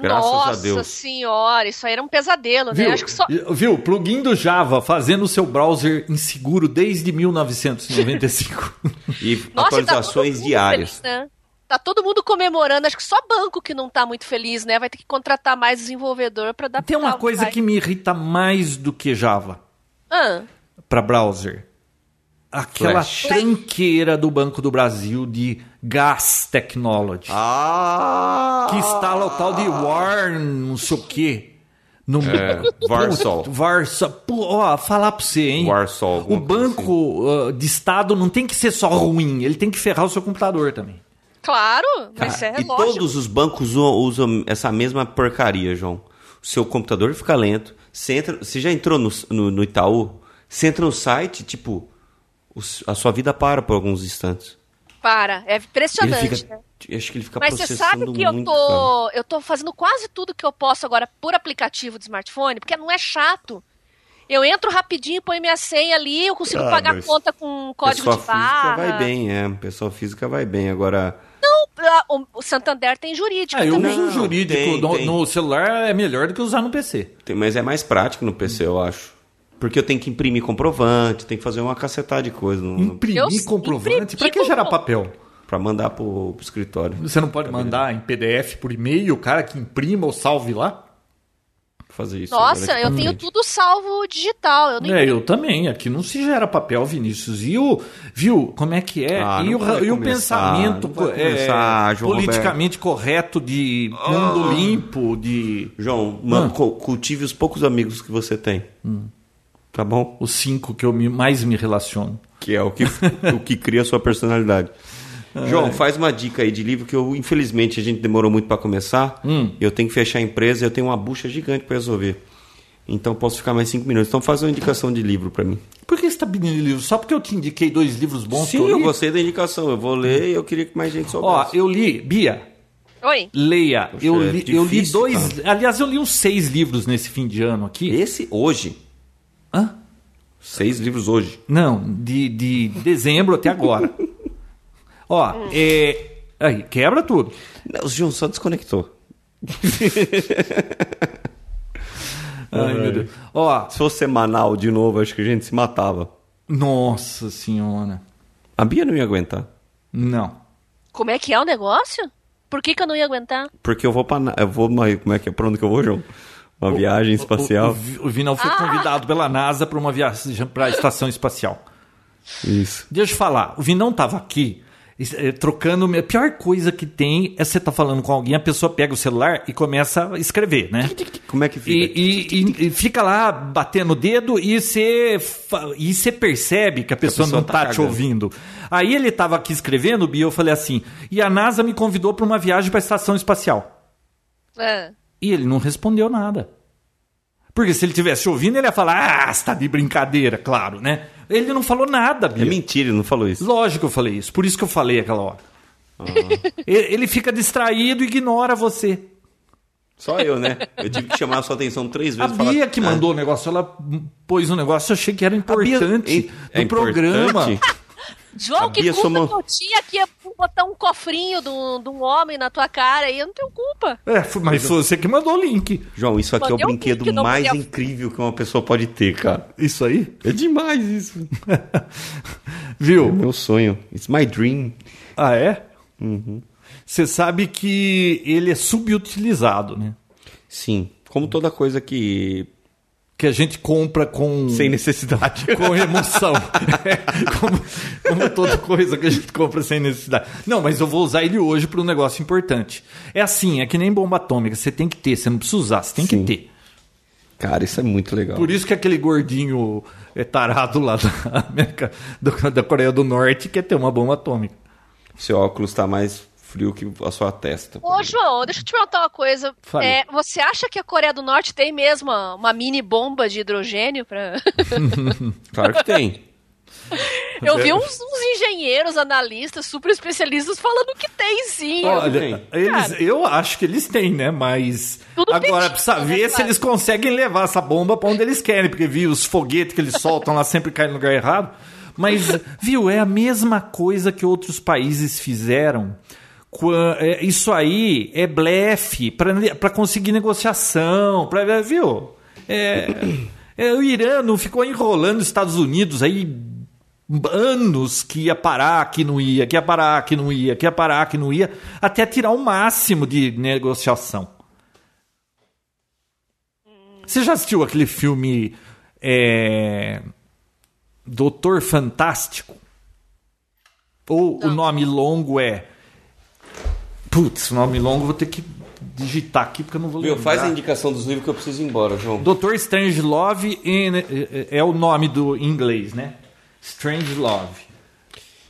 Graças a Nossa Deus. senhora, isso aí era um pesadelo, né? Viu? Acho que só. Viu? Plugin do Java fazendo o seu browser inseguro *laughs* desde 1995. E Nossa, e tá todo atualizações mundo diárias. feliz, né? Tá todo mundo comemorando, acho que só banco que não tá muito feliz, né? Vai ter que contratar mais desenvolvedor pra dar Tem uma coisa que me irrita mais do que Java Ah, para browser. Aquela Flash. tranqueira do Banco do Brasil de Gas Technology. Ah! que instala o tal de War, não sei o quê. No *laughs* É, Warsaw. Putz, Warsaw. Pô, ó, falar pra você, hein? Warsaw, O alguma coisa banco ah, de Estado não tem que ser só ruim, ele tem que ferrar o seu computador também. claro, mas Cara, é Ah, e lógico. todos os bancos u- usam essa mesma porcaria, João. O seu computador fica lento. Você, entra, você já entrou no, no, no Itaú? Você entra no site, tipo, os- a sua vida para por alguns instantes. Para, é Ele impressionante, fica, né? acho que ele fica Mas você processando sabe que eu muito, cara. tô, eu tô fazendo quase tudo que eu posso agora por aplicativo de smartphone, porque não é chato. Eu entro rapidinho, ponho minha senha ali, eu consigo Ah, pagar mas conta com código pessoa de barra. física vai bem, é. Pessoa física vai bem. Agora, Não, ah, o- o Santander tem jurídico. Ah, eu também. uso o jurídico tem, no, tem. no celular é melhor do que usar no PC. tem- mas é mais prático no PC, eu acho. Porque eu tenho que imprimir comprovante, tenho que fazer uma cacetada de coisa no- no- Eu Imprimir s- imprimi comprovante, pra que gerar compro- papel? Tá pra mandar pro, pro escritório. Você não pode mandar em PDF por e-mail o cara que imprima ou salve lá? Fazer isso. Nossa, agora é eu tenho tudo salvo digital. Eu nem É, eu também. Aqui não se gera papel, Vinícius. E o. Viu? Como é que é? Ah, e, não o, ra- vai e o começar, pensamento não vai co- é, começar, João politicamente correto de mundo limpo, de. João, man- Ah. cu- cultive os poucos amigos que você tem. Tá bom? Os cinco que eu me- mais me relaciono. Que é o que, *laughs* o que cria a sua personalidade. Ah, é. João, faz uma dica aí de livro que eu, Hum. infelizmente, a gente demorou muito pra começar. Eu tenho que fechar a empresa e eu tenho uma bucha gigante pra resolver. Então posso ficar mais cinco minutos. Então faz uma indicação de livro para mim. Por que você tá pedindo livro? Só porque eu te indiquei dois livros bons Sim, que eu li? eu gostei da indicação. Eu vou ler e eu queria que mais gente Hum. Ó, soubesse. eu li, Bia, Oi. leia. Poxa, eu, é li, eu li difícil, dois. Aliás, eu li uns seis livros nesse fim de ano aqui. Esse hoje. Hã? Seis livros hoje. Não, de, de dezembro *laughs* até agora. Ó, é. Aí, quebra tudo. Não, o João só desconectou. Ai, meu Deus. Ó, Se fosse semanal de novo, acho que a gente se matava. nossa senhora. A Bia não ia aguentar. Não. Como é que é o negócio? Por que, que eu não ia aguentar? Porque eu vou pra. Na- Eu vou. numa- Como é que é? Pra onde que eu vou, João? Uma viagem O, o, espacial. Vi- o Vinal foi convidado pela NASA para uma viagem para a estação espacial. Isso. Deixa eu falar, o Vinão tava aqui es- eh, trocando. A pior coisa que tem é você tá falando com alguém, a pessoa pega o celular e começa a escrever, né? Como é que E, fica? e- e- e fica lá batendo o dedo e você fa- e você percebe que a pessoa, pessoa não tá tá, te cagando. ouvindo. Aí ele tava aqui escrevendo, Bia, eu falei assim: "E a NASA me convidou para uma viagem para a estação espacial". Ah, E ele não respondeu nada. Porque se ele tivesse ouvindo, ele ia falar: "Ah, você tá de brincadeira, claro, né?". Ele não falou nada, É Bia. mentira, ele não falou isso. Lógico que eu falei isso, por isso que eu falei aquela hora. *laughs* E- Ele fica distraído e ignora você. Só eu, né? Eu tive que chamar a sua atenção três A vezes. pra Bia falar- que mandou o negócio, ela pôs um negócio, eu achei que era importante "É." Bia- do É programa. importante? João, que Bia culpa somou- que eu tinha que ia botar um cofrinho de um, de um homem na tua cara e eu não tenho culpa. É, foi- mas foi você que mandou o link. João, isso aqui é o Mandei um brinquedo link no mais Mundial. incrível que uma pessoa pode ter, cara. Isso aí? É demais isso. É Viu? meu sonho. It's my dream. Ah, é? Uhum. Você sabe que ele é subutilizado, né? Sim. Como toda coisa que. Que a gente compra com, Sem necessidade. *laughs* *laughs* com emoção. É, como, como toda coisa que a gente compra sem necessidade. Não, mas eu vou usar ele hoje para um negócio importante. É assim, é que nem bomba atômica. Você tem que ter, você não precisa usar, você tem Sim. que ter. Cara, isso é muito legal. Por isso que aquele gordinho é tarado lá da, América, do- da Coreia do Norte quer ter uma bomba atômica. Seu óculos tá mais frio que a sua testa. Ô, João, deixa eu te perguntar uma coisa. Fale. É, você acha que a Coreia do Norte tem mesmo uma, uma mini bomba de hidrogênio *laughs* pra. Claro que tem. Eu vi uns, uns engenheiros, analistas, super especialistas falando que tem sim. Ó, Olha, tem. eles, Cara. eu acho que eles têm, né? Mas Tudo agora petisco, precisa né, ver se claro. eles conseguem levar essa bomba pra onde eles querem, porque viu os foguetes que eles soltam lá sempre caem no lugar errado. Mas viu, é a mesma coisa que outros países fizeram. Qua- é, Isso aí é blefe para conseguir negociação, pra, viu? É, é, o Irã não ficou enrolando os Estados Unidos aí anos que ia parar, que não ia, que ia parar, que não ia, que ia parar, que não ia, até tirar o máximo de negociação. Você já assistiu aquele filme é, Doutor Fantástico? Ou o nome longo é. Putz, o nome longo eu vou ter que digitar aqui porque eu não vou Meu, lembrar. faz a indicação dos livros que eu preciso ir embora, João. Doutor Strange Love é o nome do em inglês, né? Strange Love.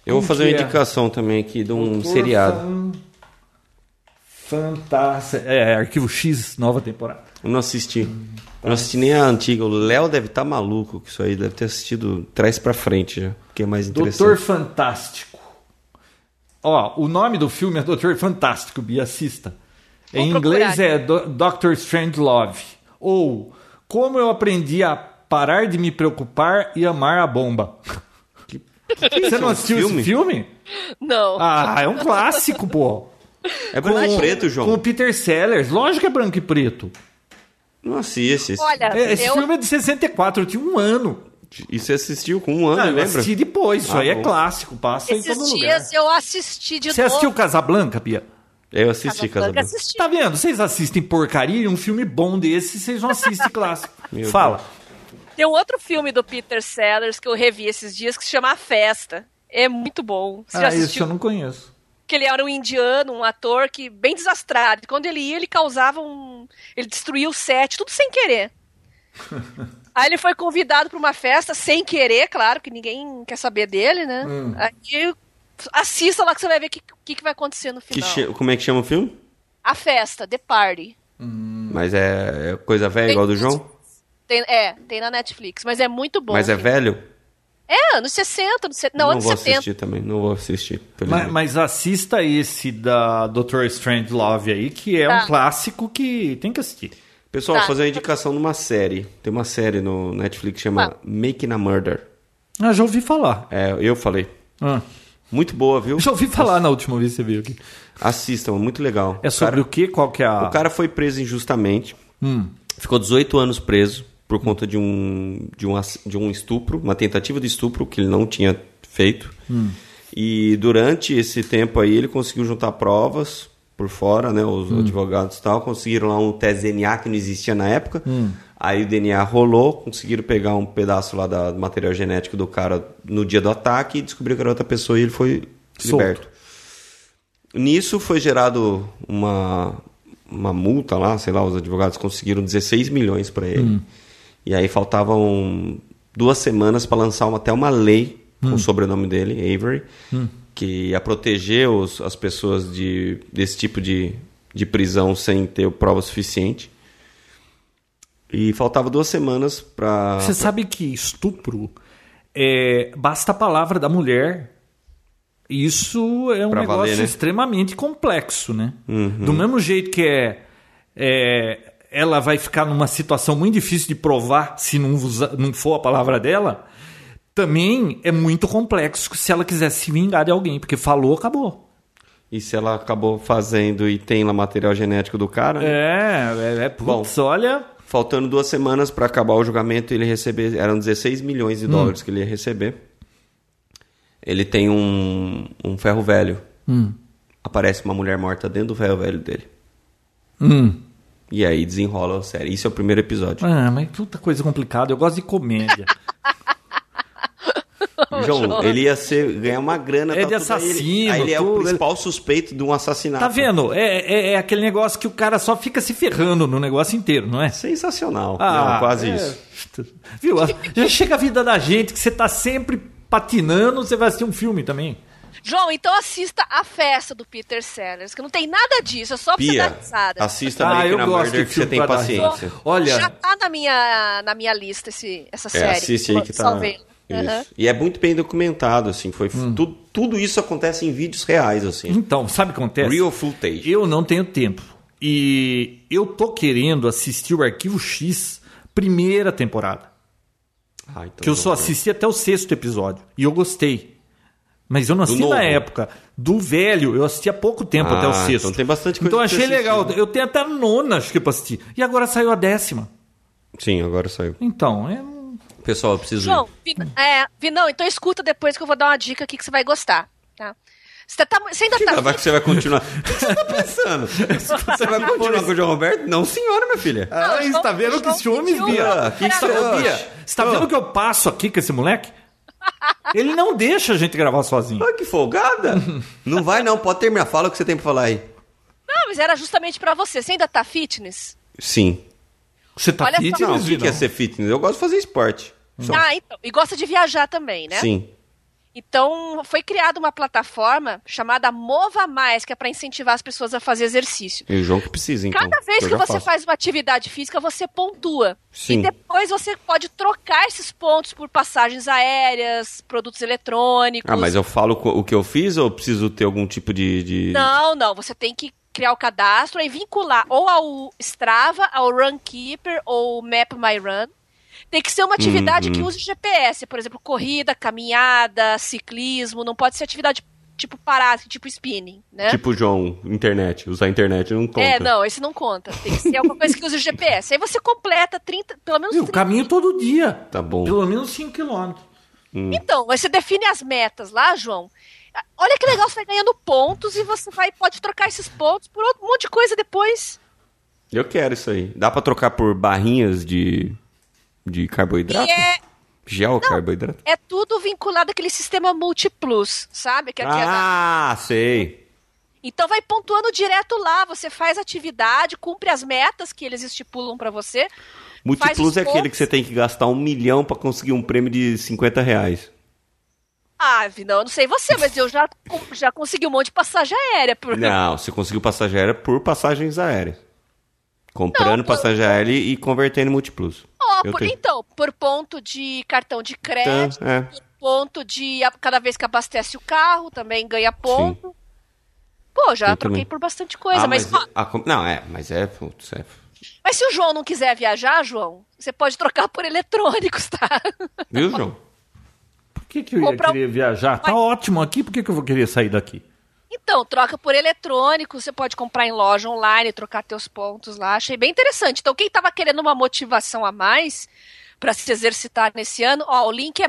Eu vou fazer que uma é? indicação também aqui de um seriado. Fantástico. É, Arquivo X, nova temporada. Eu não assisti. Hum, tá. Eu não assisti nem a antiga. O Léo deve estar maluco que isso aí. Deve ter assistido trás pra frente já. Que é mais Doutor interessante. Fantástico. Ó, o nome do filme é Doutor Fantástico, Bia, assista. em Vou procurar inglês aqui. é Do Doctor Strange Love. Ou Como eu aprendi a parar de me preocupar e amar a bomba. Você não assistiu é um filme? esse filme? Não. Ah, é um clássico, pô. É branco e preto, João. Com o Peter Sellers. Lógico que é branco e preto. Não assiste. Esse... Olha, É, esse eu, filme é de 64, eu tinha um ano. E você assistiu com um ano, Ah, eu lembra? assisti depois, isso Ah, aí é bom. clássico, passa em todo esses lugar. dias eu assisti de Você novo. assistiu Casablanca, Bia? Eu assisti, Casablanca, Casablanca. assisti. Tá vendo? Vocês assistem porcaria e um filme bom desse, vocês não assistem *laughs* clássico. Meu Fala. Tem um outro filme do Peter Sellers que eu revi esses dias que se chama A Festa. É muito bom. Você já Ah, esse assistiu? eu não conheço. Que ele era um indiano, um ator que bem desastrado. Quando ele ia, ele causava um. Ele destruía o set, tudo sem querer. Aí ele foi convidado para uma festa, sem querer, claro, que ninguém quer saber dele, né? Aí assista lá que você vai ver o que, que, que vai acontecer no Que final. che- Como é que chama o filme? A festa, The Party. Hum. Mas é é coisa velha Tem igual do tudo. João? Tem, é, tem na Netflix, mas é muito bom. Mas é filme. velho? É, anos 60, anos 70, não, não anos vou 70. assistir também, não vou assistir. Mas, felizmente. mas assista esse da Dr. Strange Love aí, que é Tá. um clássico que tem que assistir. Pessoal, Tá. fazer uma indicação de uma série. Tem uma série no Netflix que chama Ah. Making a Murder. Ah, já ouvi falar. É, eu falei. Ah, Muito boa, viu? já ouvi falar na última vez que você veio aqui. Assistam, muito legal. É sobre o que? Qual que é a. O cara foi preso injustamente. Hum. Ficou 18 anos preso por conta de um, de um, ass- de um estupro, uma tentativa de estupro que ele não tinha feito. Hum. E durante esse tempo aí ele conseguiu juntar provas por fora, né? Hum. Os advogados e tal conseguiram lá um teste DNA que não existia na época. Hum. Aí o DNA rolou, conseguiram pegar um pedaço lá da- do material genético do cara no dia do ataque e descobriram que era outra pessoa e ele foi Solto. liberto. Nisso foi gerado uma, uma multa lá, sei lá, os advogados conseguiram 16 milhões para ele. E aí faltavam duas semanas para lançar uma, até uma lei com o sobrenome dele, Avery, que ia proteger os, as pessoas de, desse tipo de, de prisão sem ter prova suficiente. E faltava duas semanas para. Você sabe que estupro é, basta a palavra da mulher. Isso é um Pra negócio valer, né? Uhum. extremamente complexo, né? Do mesmo jeito que é, é, ela vai ficar numa situação muito difícil de provar se não, usa- não for a palavra dela, também é muito complexo se ela quiser se vingar de alguém, porque falou, acabou. E se ela acabou fazendo e tem lá material genético do cara? né? É, é, é putz, olha. Faltando duas semanas para acabar o julgamento, ele receber eram 16 milhões de Hum. dólares que ele ia receber. Ele tem um, um ferro velho. Aparece uma mulher morta dentro do ferro velho dele. Hum. E aí desenrola a série. Isso é o primeiro *laughs* episódio. Ah, mas puta coisa complicada. Eu gosto de comédia. João, ele ia ser, ganhar uma grana. É de tudo, aí ele- assassino, Aí ele é o tudo, ele- principal suspeito de um assassinato. Tá vendo? É, é, é aquele negócio que o cara só fica se ferrando no negócio inteiro, não é? Sensacional. Não, quase é. isso. *laughs* Viu? Já chega a vida da gente que você tá sempre patinando, você vai assistir um filme também. João, então assista a festa do Peter Sellers, que não tem nada disso, é só pra você dar Pia, risada. assista Ah, a Making a Murder que você tem pra dar paciência. risada. Olha, Já tá na minha, na minha lista esse, essa É, série. assiste aí que tá. Salvei. Isso. Aham. E é muito bem documentado, assim. Foi Hum. tudo, tudo isso acontece em vídeos reais, assim. então, sabe o que acontece? Real footage. Eu não tenho tempo. E eu tô querendo assistir o Arquivo X, primeira temporada. Ah, então Que eu não só vou. assisti até o sexto episódio. E eu gostei. Mas eu não assisti novo? na época. Do velho, eu assisti há pouco tempo Ah, até o sexto. então tem bastante coisa né? Então pra você achei assistir. legal. Eu tenho até a nona, acho que pra assistir. E agora saiu a décima. Sim, agora saiu. Então, é. um- Pessoal, eu preciso. João, ir. Vi- é, Vinão, então escuta depois que eu vou dar uma dica aqui que você vai gostar. Tá? Você, tá, você ainda tá. Ah, vai que você vai continuar. O que você tá *laughs* pensando? Você vai continuar com o João Roberto? Não, senhora, minha filha. Ah, Ai, João- tá vendo que João esse homem pediu via? Ah, que Você tá vendo, estranho. Bia? Você tá vendo que eu passo aqui com esse *laughs* moleque? Ele não deixa a gente gravar sozinho. Ah, que *laughs* folgada. não vai, não. Pode terminar. Fala o que você tem pra falar aí. Não, mas era justamente pra você. Você ainda tá fitness? Sim. Você tá Olha só. assim. fitness, Não, o que, que Vinão? é ser fitness? Eu gosto de fazer esporte. Só. Ah, então. E gosta de viajar também, né? Sim. Então, foi criada uma plataforma chamada Mova Mais, que é pra incentivar as pessoas a fazer exercício. E o João que precisa, então. Cada vez eu que já você faço. faz uma atividade física, você pontua. Sim. E depois você pode trocar esses pontos por passagens aéreas, produtos eletrônicos. Ah, mas eu falo co- o que eu fiz ou eu preciso ter algum tipo de. de- Não, não. Você tem que criar o cadastro e vincular ou ao Strava, ao Runkeeper ou ao Map My Run. Tem que ser uma atividade Uhum. que use GPS, por exemplo, corrida, caminhada, ciclismo. Não pode ser atividade tipo parada, tipo spinning, né? Tipo João, internet. Usar internet não conta. É, não, esse não conta. Tem que ser alguma coisa que use GPS. Aí você completa 30, pelo menos Viu, 30. caminho todo dia. Tá bom. Pelo menos 5 quilômetros. Então, mas você define as metas lá, João. Olha que legal, você vai ganhando pontos e você vai, pode trocar esses pontos por outro- um monte de coisa depois. Eu quero isso aí. Dá pra trocar por barrinhas de. de carboidrato? E é, Gel carboidrato? é tudo vinculado àquele sistema multiplus, sabe? Que é aquela- Ah, sei. Então vai pontuando direto lá, você faz atividade, cumpre as metas que eles estipulam pra você. Multiplus os é aquele pontos. que você tem que gastar um milhão pra conseguir um prêmio de 50 reais. Ah, não, eu não sei você, mas eu já, com- já consegui um monte de passagem aérea. Por... Não, você conseguiu passagem aérea por passagens aéreas. Comprando passagem aérea e convertendo em multiplus. Ó, Não, por, então, por ponto de cartão de crédito, Tá, é. por ponto de a- cada vez que abastece o carro, também ganha ponto. Pô, já Eu troquei também. por bastante coisa, Ah, mas, ó, a com- não, é, mas é, putz, é. mas se o João não quiser viajar, João, você pode trocar por eletrônicos, tá? *laughs* Viu, João? Por que, que eu ia Comprar um- querer viajar? Tá ótimo aqui, por que, que eu vou querer sair daqui? Então, troca por eletrônico, você pode comprar em loja online, trocar teus pontos lá. Achei bem interessante. Então, quem tava querendo uma motivação a mais pra se exercitar nesse ano, ó, o link é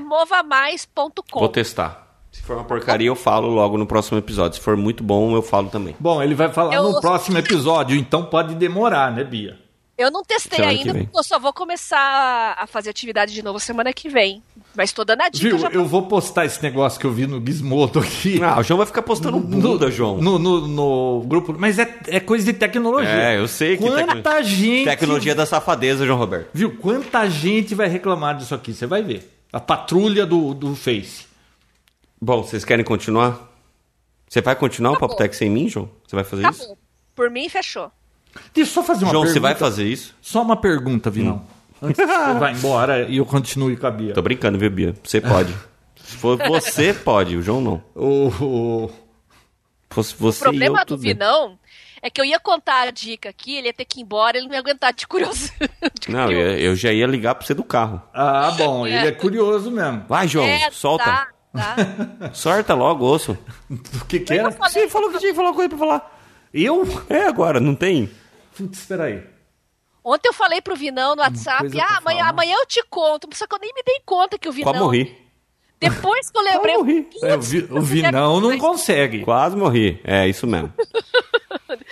Vou movamais.com. testar. Se for uma porcaria, eu falo logo no próximo episódio. Se for muito bom, eu falo também. Bom, ele vai falar Eu- no próximo episódio, então pode demorar, né, Bia? Eu não testei Semana que ainda, vem. porque eu só vou começar a fazer atividade de novo semana que vem. Mas tô dando a dica Viu, já. tá- eu vou postar esse negócio que eu vi no Gizmodo *laughs* aqui. Ah, o João vai ficar postando bunda, João. No, no, no grupo. Mas é, é coisa de tecnologia. É, eu sei que Quanta tecno- gente. Tecnologia da safadeza, João Roberto. Viu? Quanta gente vai reclamar disso aqui? Você vai ver. A patrulha do, do Face. Bom, vocês querem continuar? Você vai continuar o Acabou. Papo Tech sem mim, João? Você vai fazer isso? Acabou. Por mim, fechou. Deixa eu só fazer uma João, pergunta. você vai fazer isso? Só uma pergunta, Vinão. Antes que você vá embora e eu continue com a Bia. Tô brincando, viu, Bia? *laughs* Você pode. Se for você, pode. O João não. O- o- Se fosse você O problema e eu, do tudo bem. Vinão é que eu ia contar a dica aqui, ele ia ter que ir embora, ele não ia aguentar de curioso. *laughs* de Não, curioso. eu, eu já ia ligar pra você do carro. Ah, bom, ele é curioso mesmo. Vai, João, É, *laughs* solta. tá, tá. Solta logo, osso. O que que Eu era? falei, Você falou que tinha que falar uma coisa pra falar. Eu? É agora, não tem? Putz, espera aí. Ontem eu falei pro Vinão no WhatsApp, coisa ah, pra amanhã, falar. amanhã eu te conto, só que eu nem me dei conta que o Vinão... Quase morri. Depois que eu assim, né? lembrei... Quase morri. putz, É, o, Vi- o Vinão não consegue. Quase morri. É, isso mesmo.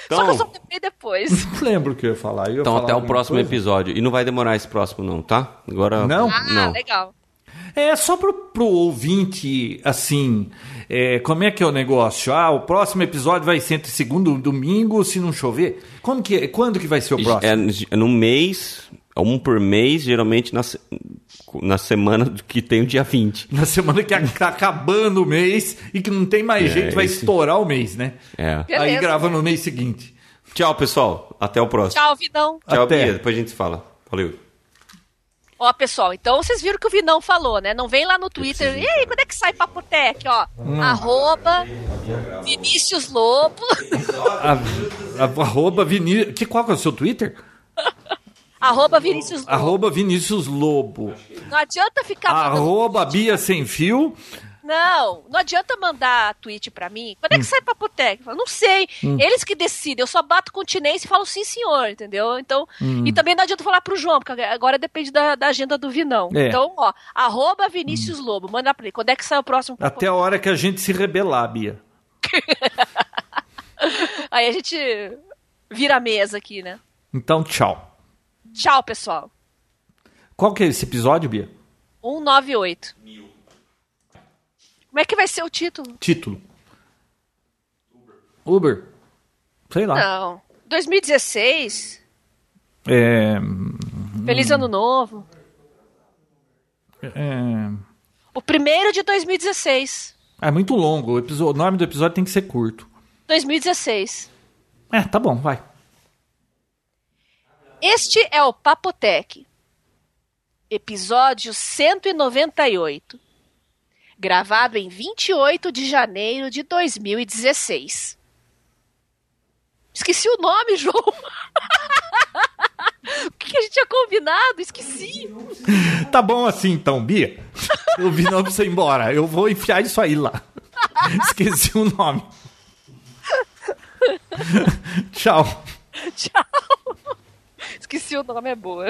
Só que eu só Então, lembrei depois. Não lembro o que eu ia falar. Eu ia então falar até o alguma próximo coisa. episódio. E não vai demorar esse próximo, não, tá? Agora. Não? Ah, Não. legal. É, só pro, pro ouvinte, assim, é, como é que é o negócio? Ah, o próximo episódio vai ser entre segunda e domingo, se não chover? Como que é? Quando que vai ser o próximo? É, é num mês, é um por mês, geralmente na, se- na semana do que tem o dia 20. Na semana que a- tá acabando o mês e que não tem mais É, jeito, vai esse- estourar o mês, né? *laughs* É. Beleza. Aí grava no mês seguinte. Tchau, pessoal. Até o próximo. Tchau, Vinão. Tchau, Até. Bia. Depois a gente se fala. Valeu. Ó, pessoal, então vocês viram que o Vinão falou, né? Não vem lá no Twitter. E aí, quando é que sai Papotec? Ó, arroba Vinícius Lobo, *laughs* A, a- arroba Viní... Que, qual que é o seu Twitter? arroba Vinícius Lobo. Arroba Vinícius Lobo. Não adianta ficar mandando- Arroba Bia Sem Fio. Não, não adianta mandar tweet pra mim. Quando é Hum. que sai papo técnico? Eu falo, Não sei. Eles que decidem. Eu só bato continência e falo sim, senhor, entendeu? Então, Hum. e também não adianta falar pro João, porque agora depende da, da agenda do Vinão. É. Hum. Então, ó, arroba Vinícius Lobo, manda pra ele. Quando é que sai o próximo papo Até a hora que a gente se rebelar, Bia. Técnico? *laughs* Aí a gente vira a mesa aqui, né? Então, tchau. Tchau, pessoal. Qual que é esse episódio, Bia? 198. Como é que vai ser o título? Título. Uber. Sei lá. Não. 2016. É, Feliz ano novo. é, O primeiro de 2016. é muito longo. O, episo- o nome do episódio tem que ser curto. 2016. É, tá bom, vai. Este é o Papotec, episódio 198, gravado em 28 de janeiro de 2016. Esqueci o nome, João. *laughs* o que que a gente tinha combinado? Esqueci. *laughs* Tá bom assim então, Bia. *laughs* Eu vi não pra você ir embora. Eu vou enfiar isso aí lá. Esqueci o nome. Tchau. Tchau. Esqueci o nome, é boa.